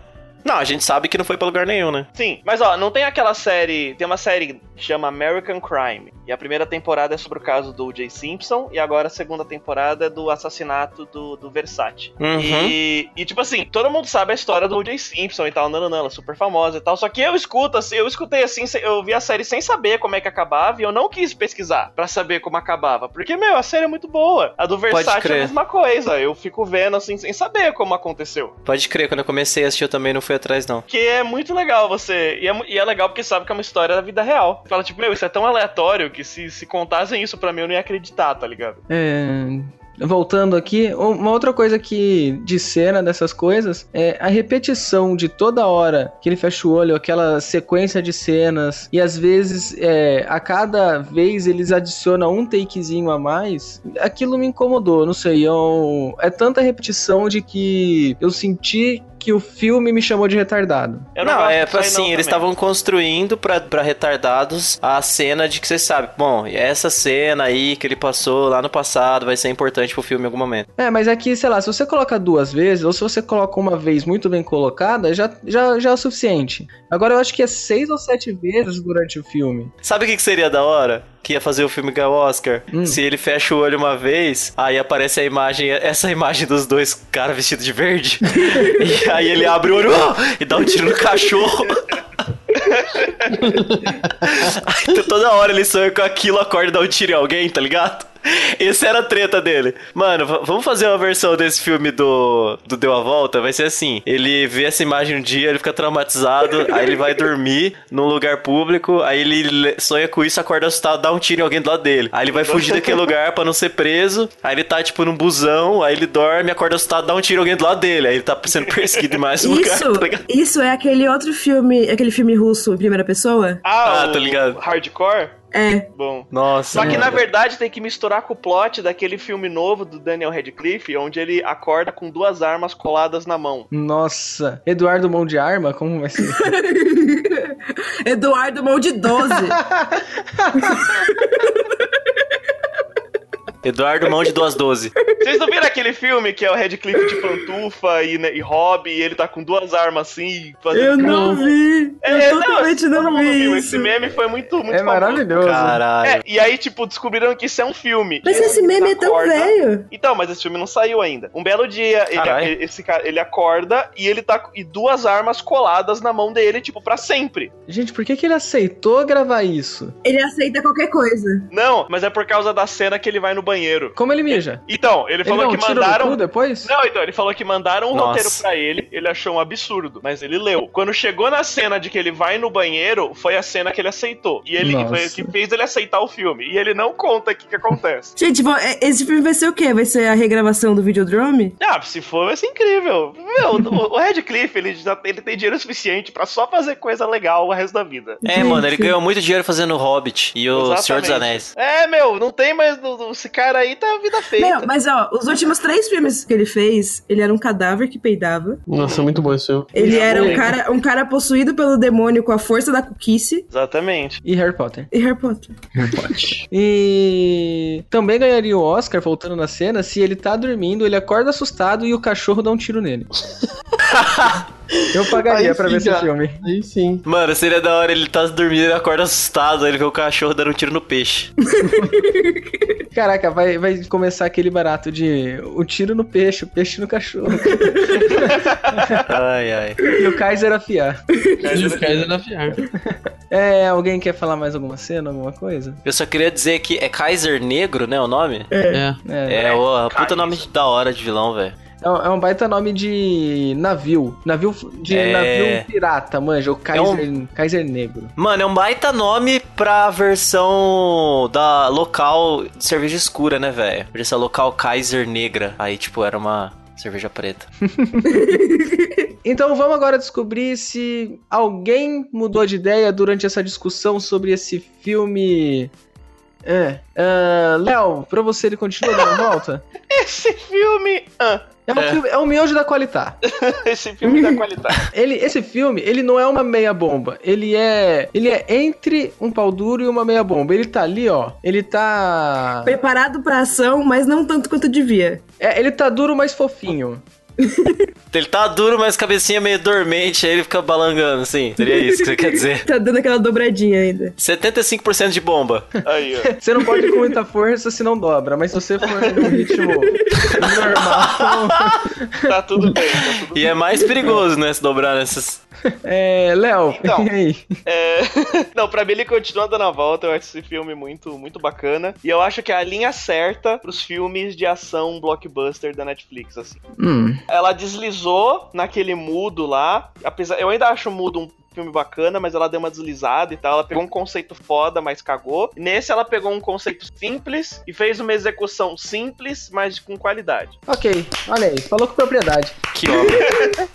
Speaker 5: Não, a gente sabe que não foi pra lugar nenhum, né?
Speaker 2: Sim, mas ó, não tem aquela série. Tem uma série que chama American Crime. E a primeira temporada é sobre o caso do O.J. Simpson. E agora a segunda temporada é do assassinato do, do Versace.
Speaker 5: Uhum.
Speaker 2: E, e, tipo assim, todo mundo sabe a história do O.J. Simpson e tal, nananã, ela é super famosa e tal. Só que eu escuto, assim, eu escutei assim, se- eu vi a série sem saber como é que acabava. E eu não quis pesquisar pra saber como acabava. Porque, meu, a série é muito boa. A do Versace é
Speaker 5: crer.
Speaker 2: a mesma coisa. Eu fico vendo, assim, sem saber como aconteceu.
Speaker 5: Pode crer, quando eu comecei a assistir eu também não fui atrás, não.
Speaker 2: Que é muito legal você. E é, mu- e é legal porque sabe que é uma história da vida real. Fala, tipo, meu, isso é tão aleatório que se, se contassem isso pra mim eu não ia acreditar, tá ligado?
Speaker 1: É, voltando aqui, um, uma outra coisa que de cena dessas coisas é a repetição de toda hora que ele fecha o olho, aquela sequência de cenas, e às vezes é, a cada vez eles adicionam um takezinho a mais. Aquilo me incomodou, não sei. Eu, é tanta repetição de que eu senti que o filme me chamou de retardado.
Speaker 2: Eu
Speaker 5: não,
Speaker 2: gosto
Speaker 5: é
Speaker 2: disso aí
Speaker 5: assim,
Speaker 2: um não
Speaker 5: eles
Speaker 2: também.
Speaker 5: estavam construindo pra, pra retardados a cena de que você sabe, bom, essa cena aí que ele passou lá no passado vai ser importante pro filme em algum momento.
Speaker 1: É, mas é que, sei lá, se você coloca duas vezes, ou se você coloca uma vez muito bem colocada, já, já, já é o suficiente. Agora eu acho que é seis ou sete vezes durante o filme.
Speaker 5: Sabe o que, que seria da hora? Que ia fazer o filme ganhar o Oscar?
Speaker 1: Hum.
Speaker 5: Se ele fecha o olho uma vez, aí aparece a imagem, essa imagem dos dois caras vestidos de verde. e aí ele abre o olho "Ah!" e dá um tiro no cachorro. aí t- toda hora ele sonha com aquilo, acorda e dá um tiro em alguém, tá ligado? Essa era a treta dele. Mano, v- vamos fazer uma versão desse filme do, do Deu a Volta? Vai ser assim: ele vê essa imagem um dia, ele fica traumatizado, aí ele vai dormir num lugar público, aí ele le- sonha com isso, acorda assustado, dá um tiro em alguém do lado dele. Aí ele vai fugir daquele lugar pra não ser preso, aí ele tá tipo num busão, aí ele dorme, acorda assustado, dá um tiro em alguém do lado dele. Aí ele tá sendo perseguido em mais um lugar,
Speaker 6: Isso,
Speaker 5: tá ligado?
Speaker 6: isso é aquele outro filme, aquele filme russo em primeira pessoa?
Speaker 2: Ah,
Speaker 5: Ah,
Speaker 2: o
Speaker 5: tô ligado.
Speaker 2: Hardcore?
Speaker 6: É.
Speaker 2: Bom.
Speaker 5: Nossa.
Speaker 2: Só que na
Speaker 5: mano.
Speaker 2: verdade tem que misturar com o plot daquele filme novo do Daniel Radcliffe, onde ele acorda com duas armas coladas na mão.
Speaker 1: Nossa, Eduardo Mão de Arma, como vai
Speaker 2: [LAUGHS]
Speaker 1: ser?
Speaker 6: [LAUGHS] Eduardo Mão de 12.
Speaker 5: Eduardo Mão de 212.
Speaker 2: Vocês não viram aquele filme que é o Radcliffe de pantufa e, né, e hobby, e ele tá com duas armas assim, fazendo.
Speaker 6: eu não vi. Eu
Speaker 2: É,
Speaker 6: totalmente
Speaker 2: todo
Speaker 6: não,
Speaker 2: mundo
Speaker 6: vi
Speaker 2: viu.
Speaker 6: isso.
Speaker 2: Esse meme foi muito, muito
Speaker 1: é
Speaker 2: famoso.
Speaker 1: maravilhoso.
Speaker 5: Caralho.
Speaker 2: É, e aí, tipo, descobriram que isso é um filme.
Speaker 6: Mas
Speaker 2: E aí
Speaker 6: esse
Speaker 2: ele tá
Speaker 6: meme é tão
Speaker 2: acorda-
Speaker 6: velho.
Speaker 2: Então, mas esse filme não saiu ainda. Um belo dia,
Speaker 5: Caralho.
Speaker 2: ele, esse cara, ele acorda e ele tá e duas armas coladas na mão dele, tipo, pra sempre.
Speaker 1: Gente, por que, que ele aceitou gravar isso?
Speaker 6: Ele aceita qualquer coisa.
Speaker 2: Não, mas é por causa da cena que ele vai no banheiro.
Speaker 1: Como ele mija?
Speaker 2: Então, eu, Ele
Speaker 1: Ele
Speaker 2: falou
Speaker 1: deu um
Speaker 2: que
Speaker 1: tiro no
Speaker 2: mandaram.
Speaker 1: cu depois?
Speaker 2: Não, então, ele falou que mandaram um
Speaker 5: Nossa.
Speaker 2: roteiro pra ele, ele achou um absurdo, mas ele leu. Quando chegou na cena de que ele vai no banheiro, foi a cena que ele aceitou. E ele
Speaker 1: Nossa.
Speaker 2: foi o que fez ele aceitar o filme. E ele não conta o que, que acontece.
Speaker 6: Gente, vo- é- esse filme vai ser o quê? Vai ser a regravação do Videodrome?
Speaker 2: Ah, se for, vai ser incrível. Meu, o o Radcliffe, ele, já, ele tem dinheiro suficiente pra só fazer coisa legal o resto da vida.
Speaker 5: É, mano, ele ganhou muito dinheiro fazendo Hobbit e o
Speaker 2: Exatamente.
Speaker 5: Senhor dos Anéis.
Speaker 2: É, meu, não tem mais. não- não- Esse cara aí tá vida feita.
Speaker 6: Não, mas ó, os últimos três filmes que ele fez, ele era um cadáver que peidava.
Speaker 4: Nossa, muito bom esse filme.
Speaker 6: Ele
Speaker 1: Isso,
Speaker 6: era um
Speaker 1: moleque.
Speaker 6: cara, um cara possuído pelo demônio com a força da cuquice.
Speaker 1: [LAUGHS]
Speaker 2: Exatamente.
Speaker 1: E Harry Potter.
Speaker 6: E Harry Potter.
Speaker 1: E também ganharia o Oscar, voltando na cena, se ele tá dormindo, ele acorda assustado e o cachorro dá um tiro nele.
Speaker 4: [LAUGHS]
Speaker 1: Eu pagaria
Speaker 4: Aí
Speaker 1: pra ver esse
Speaker 4: fica.
Speaker 1: filme.
Speaker 4: Aí sim.
Speaker 5: Mano, seria da hora ele tá dormindo, ele acorda assustado, aí ele vê o cachorro dando um tiro no
Speaker 2: [LAUGHS]
Speaker 5: peixe.
Speaker 1: Caraca, vai, vai começar aquele barato de o tiro no peixe, o peixe no cachorro.
Speaker 5: Ai, ai.
Speaker 1: e o Kaiser afiar.
Speaker 4: E os caras eram fiar.
Speaker 1: É, alguém quer falar mais alguma cena, alguma coisa?
Speaker 5: Eu só queria dizer que é Kaiser Negro, né? O nome?
Speaker 4: É.
Speaker 1: É,
Speaker 5: É, o puta
Speaker 2: Kaiser.
Speaker 5: nome da hora de vilão, velho.
Speaker 1: é um- é um baita nome de navio. Navio de
Speaker 5: É. um
Speaker 1: navio pirata, manja. O Kaiser, Kaiser Negro.
Speaker 5: Mano, é um baita nome pra versão da local de cerveja escura, né, velho? Versão local Kaiser Negra. Aí, tipo, era uma cerveja preta.
Speaker 1: Então vamos agora descobrir se alguém mudou de ideia durante essa discussão sobre esse filme. É. Ah, Léo, pra você ele continua
Speaker 5: [LAUGHS]
Speaker 1: dando volta?
Speaker 2: Esse filme. ah,
Speaker 1: É um,
Speaker 5: É.
Speaker 1: Filme, é um miojo da qualidade.
Speaker 2: esse filme da qualidade.
Speaker 1: Ele, esse filme, ele não é uma meia bomba. Ele é. Ele é entre um pau duro e uma meia bomba. Ele tá ali, ó. Ele
Speaker 2: Ah.
Speaker 1: tá.
Speaker 6: Preparado pra ação, mas não tanto quanto devia.
Speaker 1: É, ele tá duro, mas fofinho.
Speaker 5: Ele tá duro, mas cabecinha meio dormente, aí ele fica balangando, assim. Seria isso que você quer
Speaker 2: [LAUGHS]
Speaker 5: dizer.
Speaker 6: Tá dando aquela dobradinha ainda.
Speaker 5: 75% de bomba.
Speaker 2: Aí, ó.
Speaker 1: Você não pode ir com muita força, senão dobra. Mas se você for num ritmo normal.
Speaker 2: Tá tudo bem, tá tudo bem.
Speaker 5: E é mais perigoso, né? Se dobrar nessas.
Speaker 1: É, Léo, [LAUGHS]
Speaker 2: Então.
Speaker 1: e aí?
Speaker 2: É, [LAUGHS] Não, pra mim ele continua dando a volta. Eu acho esse filme muito, muito bacana. E eu acho que é a linha certa pros filmes de ação blockbuster da Netflix, assim.
Speaker 1: Hum.
Speaker 2: Ela deslizou naquele mudo lá. Apesar, eu ainda acho o mudo um filme bacana, mas ela deu uma deslizada e tal. Ela pegou um conceito foda, mas cagou. Nesse ela pegou um conceito simples e fez uma execução simples, mas com qualidade.
Speaker 1: Ok, olha aí, falou com propriedade.
Speaker 5: Que obra.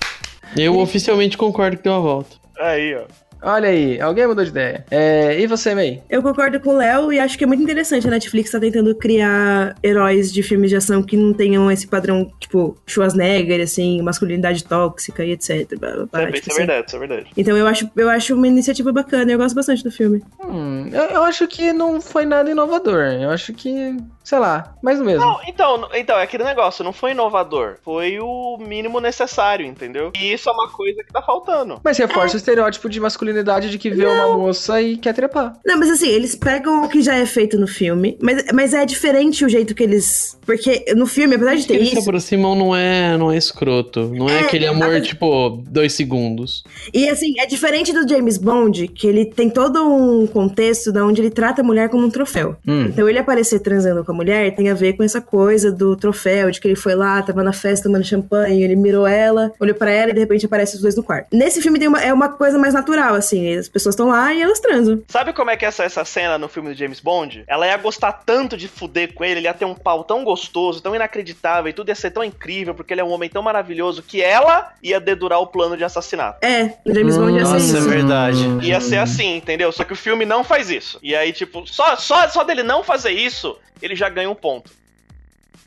Speaker 4: Eu oficialmente concordo que deu a volta.
Speaker 2: Aí, ó.
Speaker 1: Olha aí, alguém mudou de ideia. É, e você, May?
Speaker 6: Eu concordo com o Léo e acho que é muito interessante. A Netflix tá tentando criar heróis de filmes de ação que não tenham esse padrão, tipo, Schwarzenegger, assim, masculinidade tóxica e etc. blá, blá, blá,
Speaker 2: Isso é, isso é
Speaker 6: tipo assim.
Speaker 2: verdade, isso é verdade.
Speaker 6: Então eu acho, eu acho uma iniciativa bacana, eu gosto bastante do filme.
Speaker 1: Hum, eu, eu acho que não foi nada inovador. Eu acho que, sei lá, mais do mesmo.
Speaker 2: Não, então, então, é aquele negócio, não foi inovador. Foi o mínimo necessário, entendeu? E isso é uma coisa que tá faltando.
Speaker 1: Mas reforça o estereótipo de masculinidade de que vê uma moça e quer trepar.
Speaker 6: Não, mas assim, eles pegam o que já é feito no filme, mas, mas é diferente o jeito que eles. Porque no filme, apesar de ter
Speaker 4: Eles se
Speaker 6: isso.
Speaker 4: aproximam não é, não é escroto. Não é,
Speaker 6: É,
Speaker 4: aquele amor,
Speaker 6: exatamente.
Speaker 4: tipo, dois segundos.
Speaker 6: E assim, é diferente do James Bond, que ele tem todo um contexto da onde ele trata a mulher como um troféu. Então ele aparecer transando com a mulher tem a ver com essa coisa do troféu, de que ele foi lá, tava na festa tomando champanhe, ele mirou ela, olhou pra ela e de repente aparece os dois no quarto. Nesse filme tem uma, é uma coisa mais natural, assim, as pessoas estão lá e elas transam.
Speaker 2: Sabe como é que é essa, essa cena no filme do James Bond? Ela ia gostar tanto de fuder com ele, ele ia ter um pau tão gostoso, tão inacreditável, e tudo ia ser tão incrível, porque ele é um homem tão maravilhoso que ela ia dedurar o plano de assassinato.
Speaker 6: É, no James Bond é assim.
Speaker 5: Nossa, é verdade.
Speaker 2: Ia ser assim, entendeu? Só que o filme não faz isso. E aí, tipo, só, só, só dele não fazer isso, ele já ganha um ponto.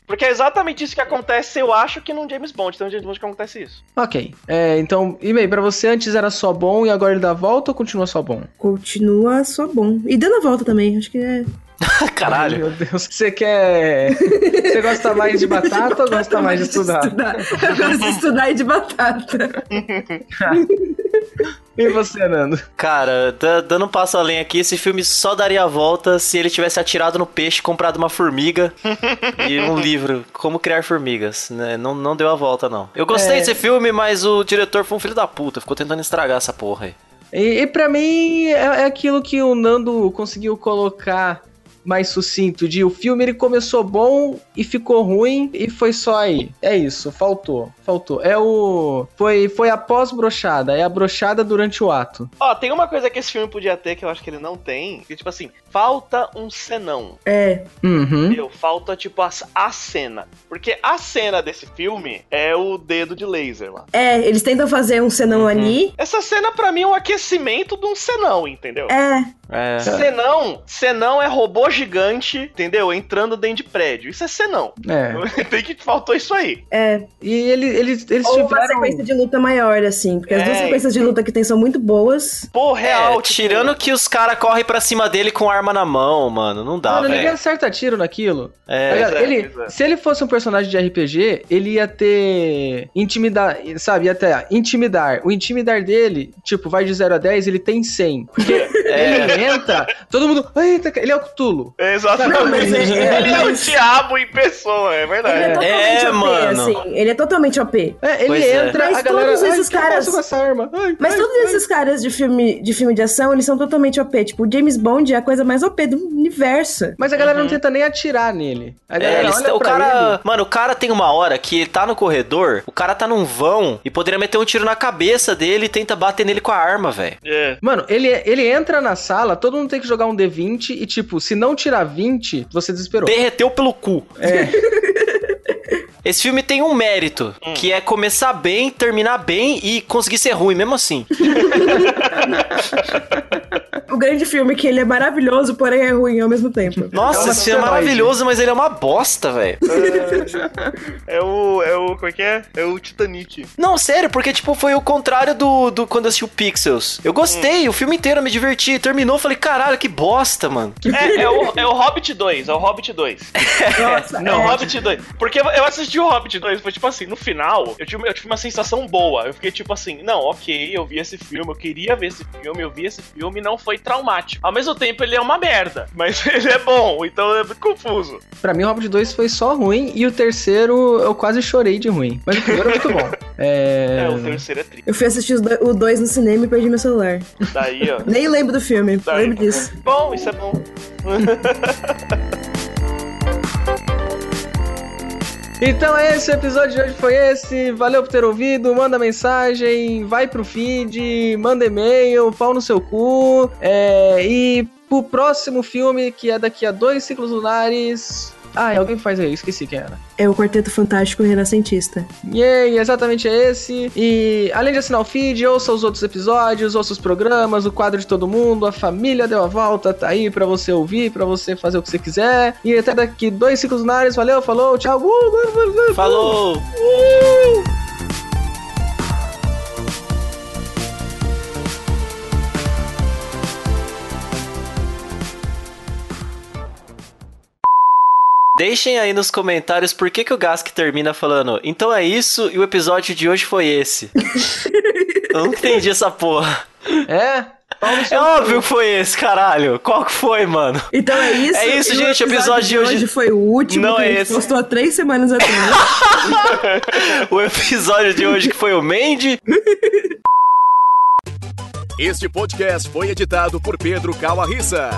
Speaker 2: Porque é exatamente isso que acontece, eu acho, que num James Bond. Então, no James Bond que acontece isso.
Speaker 1: Ok, é, então, e May, pra você antes era só bom e agora ele dá a volta ou continua só bom?
Speaker 6: Continua só bom. E dando a volta também, acho que é.
Speaker 1: Ai,
Speaker 5: [LAUGHS] Caralho.
Speaker 1: Meu Deus, você quer. Você gosta mais de batata ou gosta mais de
Speaker 6: [LAUGHS]
Speaker 1: estudar?
Speaker 6: Eu gosto de estudar e de batata.
Speaker 1: E você, Nando?
Speaker 5: Cara, da- dando um passo além aqui, esse filme só daria a volta se ele tivesse atirado no peixe, comprado uma formiga e um livro. Como criar formigas, né? Não, não deu a volta, não. Eu gostei
Speaker 1: É.
Speaker 5: desse filme, mas o diretor foi um filho da puta. Ficou tentando estragar essa porra aí.
Speaker 1: E, e para mim é, é aquilo que o Nando conseguiu colocar mais sucinto de o filme ele começou bom e ficou ruim e foi só aí. É isso, faltou, faltou. É o foi foi a pós-brochada, é a brochada durante o ato.
Speaker 2: Ó, tem uma coisa que esse filme podia ter que eu acho que ele não tem, que tipo assim, falta um senão.
Speaker 6: É,
Speaker 1: Uhum.
Speaker 2: Entendeu? Falta tipo a, a cena. Porque a cena desse filme é o dedo de laser lá.
Speaker 6: é, eles tentam fazer um senão
Speaker 5: Uhum.
Speaker 6: ali.
Speaker 2: Essa cena pra mim é um aquecimento de um senão, entendeu?
Speaker 6: É,
Speaker 5: É.
Speaker 2: Senão, senão é robô gigante, entendeu? Entrando dentro de prédio. Isso é senão.
Speaker 1: É.
Speaker 2: [LAUGHS] Tem que faltou isso aí.
Speaker 6: é.
Speaker 1: E ele, eles eles
Speaker 6: Ou uma
Speaker 1: tiveram
Speaker 6: sequência de luta maior, assim. Porque as duas
Speaker 2: É,
Speaker 6: sequências de luta que tem são muito boas.
Speaker 2: Pô,
Speaker 5: É,
Speaker 2: real. tipo,
Speaker 5: tirando que os caras correm pra cima dele com arma na mão, mano. Não dá,
Speaker 1: Mano, ninguém
Speaker 5: velho.
Speaker 1: acerta tiro naquilo.
Speaker 5: É,
Speaker 1: Tá ligado?
Speaker 2: Tá, é,
Speaker 1: ele,
Speaker 2: pois é.
Speaker 1: Se ele fosse um personagem de RPG, ele ia ter intimidar, sabe? Ia ter intimidar. O intimidar dele, tipo, vai de 0 a 10, ele tem 100. Porque
Speaker 5: é.
Speaker 1: ele inventa, todo mundo. Eita, ele é o Cthulhu.
Speaker 2: é, Exatamente.
Speaker 6: Não, mas é- é-
Speaker 2: Ele é o
Speaker 6: mas-
Speaker 2: diabo em pessoa, é
Speaker 6: Ele é
Speaker 2: verdade.
Speaker 6: totalmente
Speaker 5: É,
Speaker 6: OP,
Speaker 5: mano.
Speaker 6: assim. Ele é totalmente OP.
Speaker 1: É, ele
Speaker 5: Pois é.
Speaker 1: entra,
Speaker 6: Mas
Speaker 1: a galera.
Speaker 6: todos
Speaker 1: "Ai,
Speaker 6: esses
Speaker 1: o que eu
Speaker 6: caras-
Speaker 1: faço com essa arma? Ai,
Speaker 6: Mas
Speaker 1: ai,
Speaker 6: todos
Speaker 1: ai."
Speaker 6: esses caras de filme, de filme de ação, eles são totalmente OP. Tipo, o James Bond é a coisa mais OP do universo.
Speaker 1: Mas a galera não tenta nem atirar nele. A
Speaker 5: Uhum. É,
Speaker 1: galera
Speaker 5: eles-
Speaker 1: olha
Speaker 5: o
Speaker 1: pra
Speaker 5: cara.
Speaker 1: ele.
Speaker 5: Mano, o cara tem uma hora que ele tá no corredor, o cara tá num vão e poderia meter um tiro na cabeça dele e tenta bater nele com a arma, velho.
Speaker 2: É.
Speaker 1: Mano, ele, ele entra na sala, todo mundo tem que jogar um D20 e, tipo, se não tirar 20, você desesperou.
Speaker 5: Derreteu pelo cu.
Speaker 1: É.
Speaker 5: [LAUGHS] Esse filme tem um mérito, que é começar bem, terminar bem e conseguir ser ruim,
Speaker 1: [LAUGHS]
Speaker 5: mesmo assim.
Speaker 6: O grande filme que ele é maravilhoso, porém é ruim ao mesmo
Speaker 5: [LAUGHS]
Speaker 6: tempo.
Speaker 5: Nossa,
Speaker 1: uma
Speaker 5: esse filme é
Speaker 1: asteroide.
Speaker 5: maravilhoso, mas ele é uma bosta, velho.
Speaker 2: É o. É o. Como é que é? É o Titanic.
Speaker 5: Não, sério, porque, tipo, foi o contrário do, do quando eu assisti o Pixels. Eu gostei, o filme inteiro, eu me diverti. Terminou, eu falei, caralho, que bosta, mano.
Speaker 2: É, é o, é o Hobbit 2, é o Hobbit 2.
Speaker 6: Nossa,
Speaker 2: Não,
Speaker 6: é.
Speaker 2: Hobbit 2. Porque eu assisti o Hobbit 2, foi tipo assim, no final, eu tive, eu tive uma sensação boa. Eu fiquei tipo assim, não, ok, eu vi esse filme, eu queria ver esse filme, eu vi esse filme e não foi traumático. Ao mesmo tempo, ele é uma merda, mas [LAUGHS] ele é bom, então é muito confuso.
Speaker 1: Pra mim, o Hobbit 2 foi só ruim e o terceiro eu quase chorei de ruim. Mas o primeiro é muito bom.
Speaker 5: [LAUGHS]
Speaker 2: É,
Speaker 1: É.
Speaker 2: o terceiro é triste.
Speaker 6: Eu fui assistir os do- o 2 no cinema e perdi meu celular.
Speaker 2: Daí, ó.
Speaker 6: Nem lembro do filme,
Speaker 2: Tá aí.
Speaker 6: lembro
Speaker 5: então.
Speaker 6: disso.
Speaker 2: Bom, isso é bom.
Speaker 1: Então é esse, o episódio de hoje foi esse. Valeu por ter ouvido. Manda mensagem, vai pro feed, manda e-mail, pau no seu cu. É, e pro próximo filme, que é daqui a dois ciclos lunares. Ah, alguém faz aí, esqueci quem era.
Speaker 6: É o Quarteto Fantástico Renascentista.
Speaker 1: Yay, exatamente é esse. E além de assinar o feed, ouça os outros episódios, ouça os programas, o quadro de todo mundo, a família deu a volta, tá aí pra você ouvir, pra você fazer o que você quiser. E até daqui dois ciclos lunares, valeu, falou, tchau. Uh, uh, uh, uh, uh.
Speaker 5: Falou! Deixem aí nos comentários por que, que o Gask termina falando Então é isso e o episódio de hoje foi esse. Eu nunca entendi essa porra.
Speaker 1: É? Pau no
Speaker 5: É
Speaker 1: seu cu.
Speaker 5: óbvio que foi esse, caralho. Qual que foi, mano? [LAUGHS]
Speaker 6: Então é isso.
Speaker 5: É isso,
Speaker 6: E
Speaker 5: gente, o episódio de hoje-
Speaker 6: foi o último
Speaker 5: Não
Speaker 6: que
Speaker 5: é
Speaker 6: a gente
Speaker 5: esse.
Speaker 6: postou há três semanas atrás.
Speaker 5: O episódio de hoje que foi o Mandy?
Speaker 7: Este podcast foi editado por Pedro Calarissa.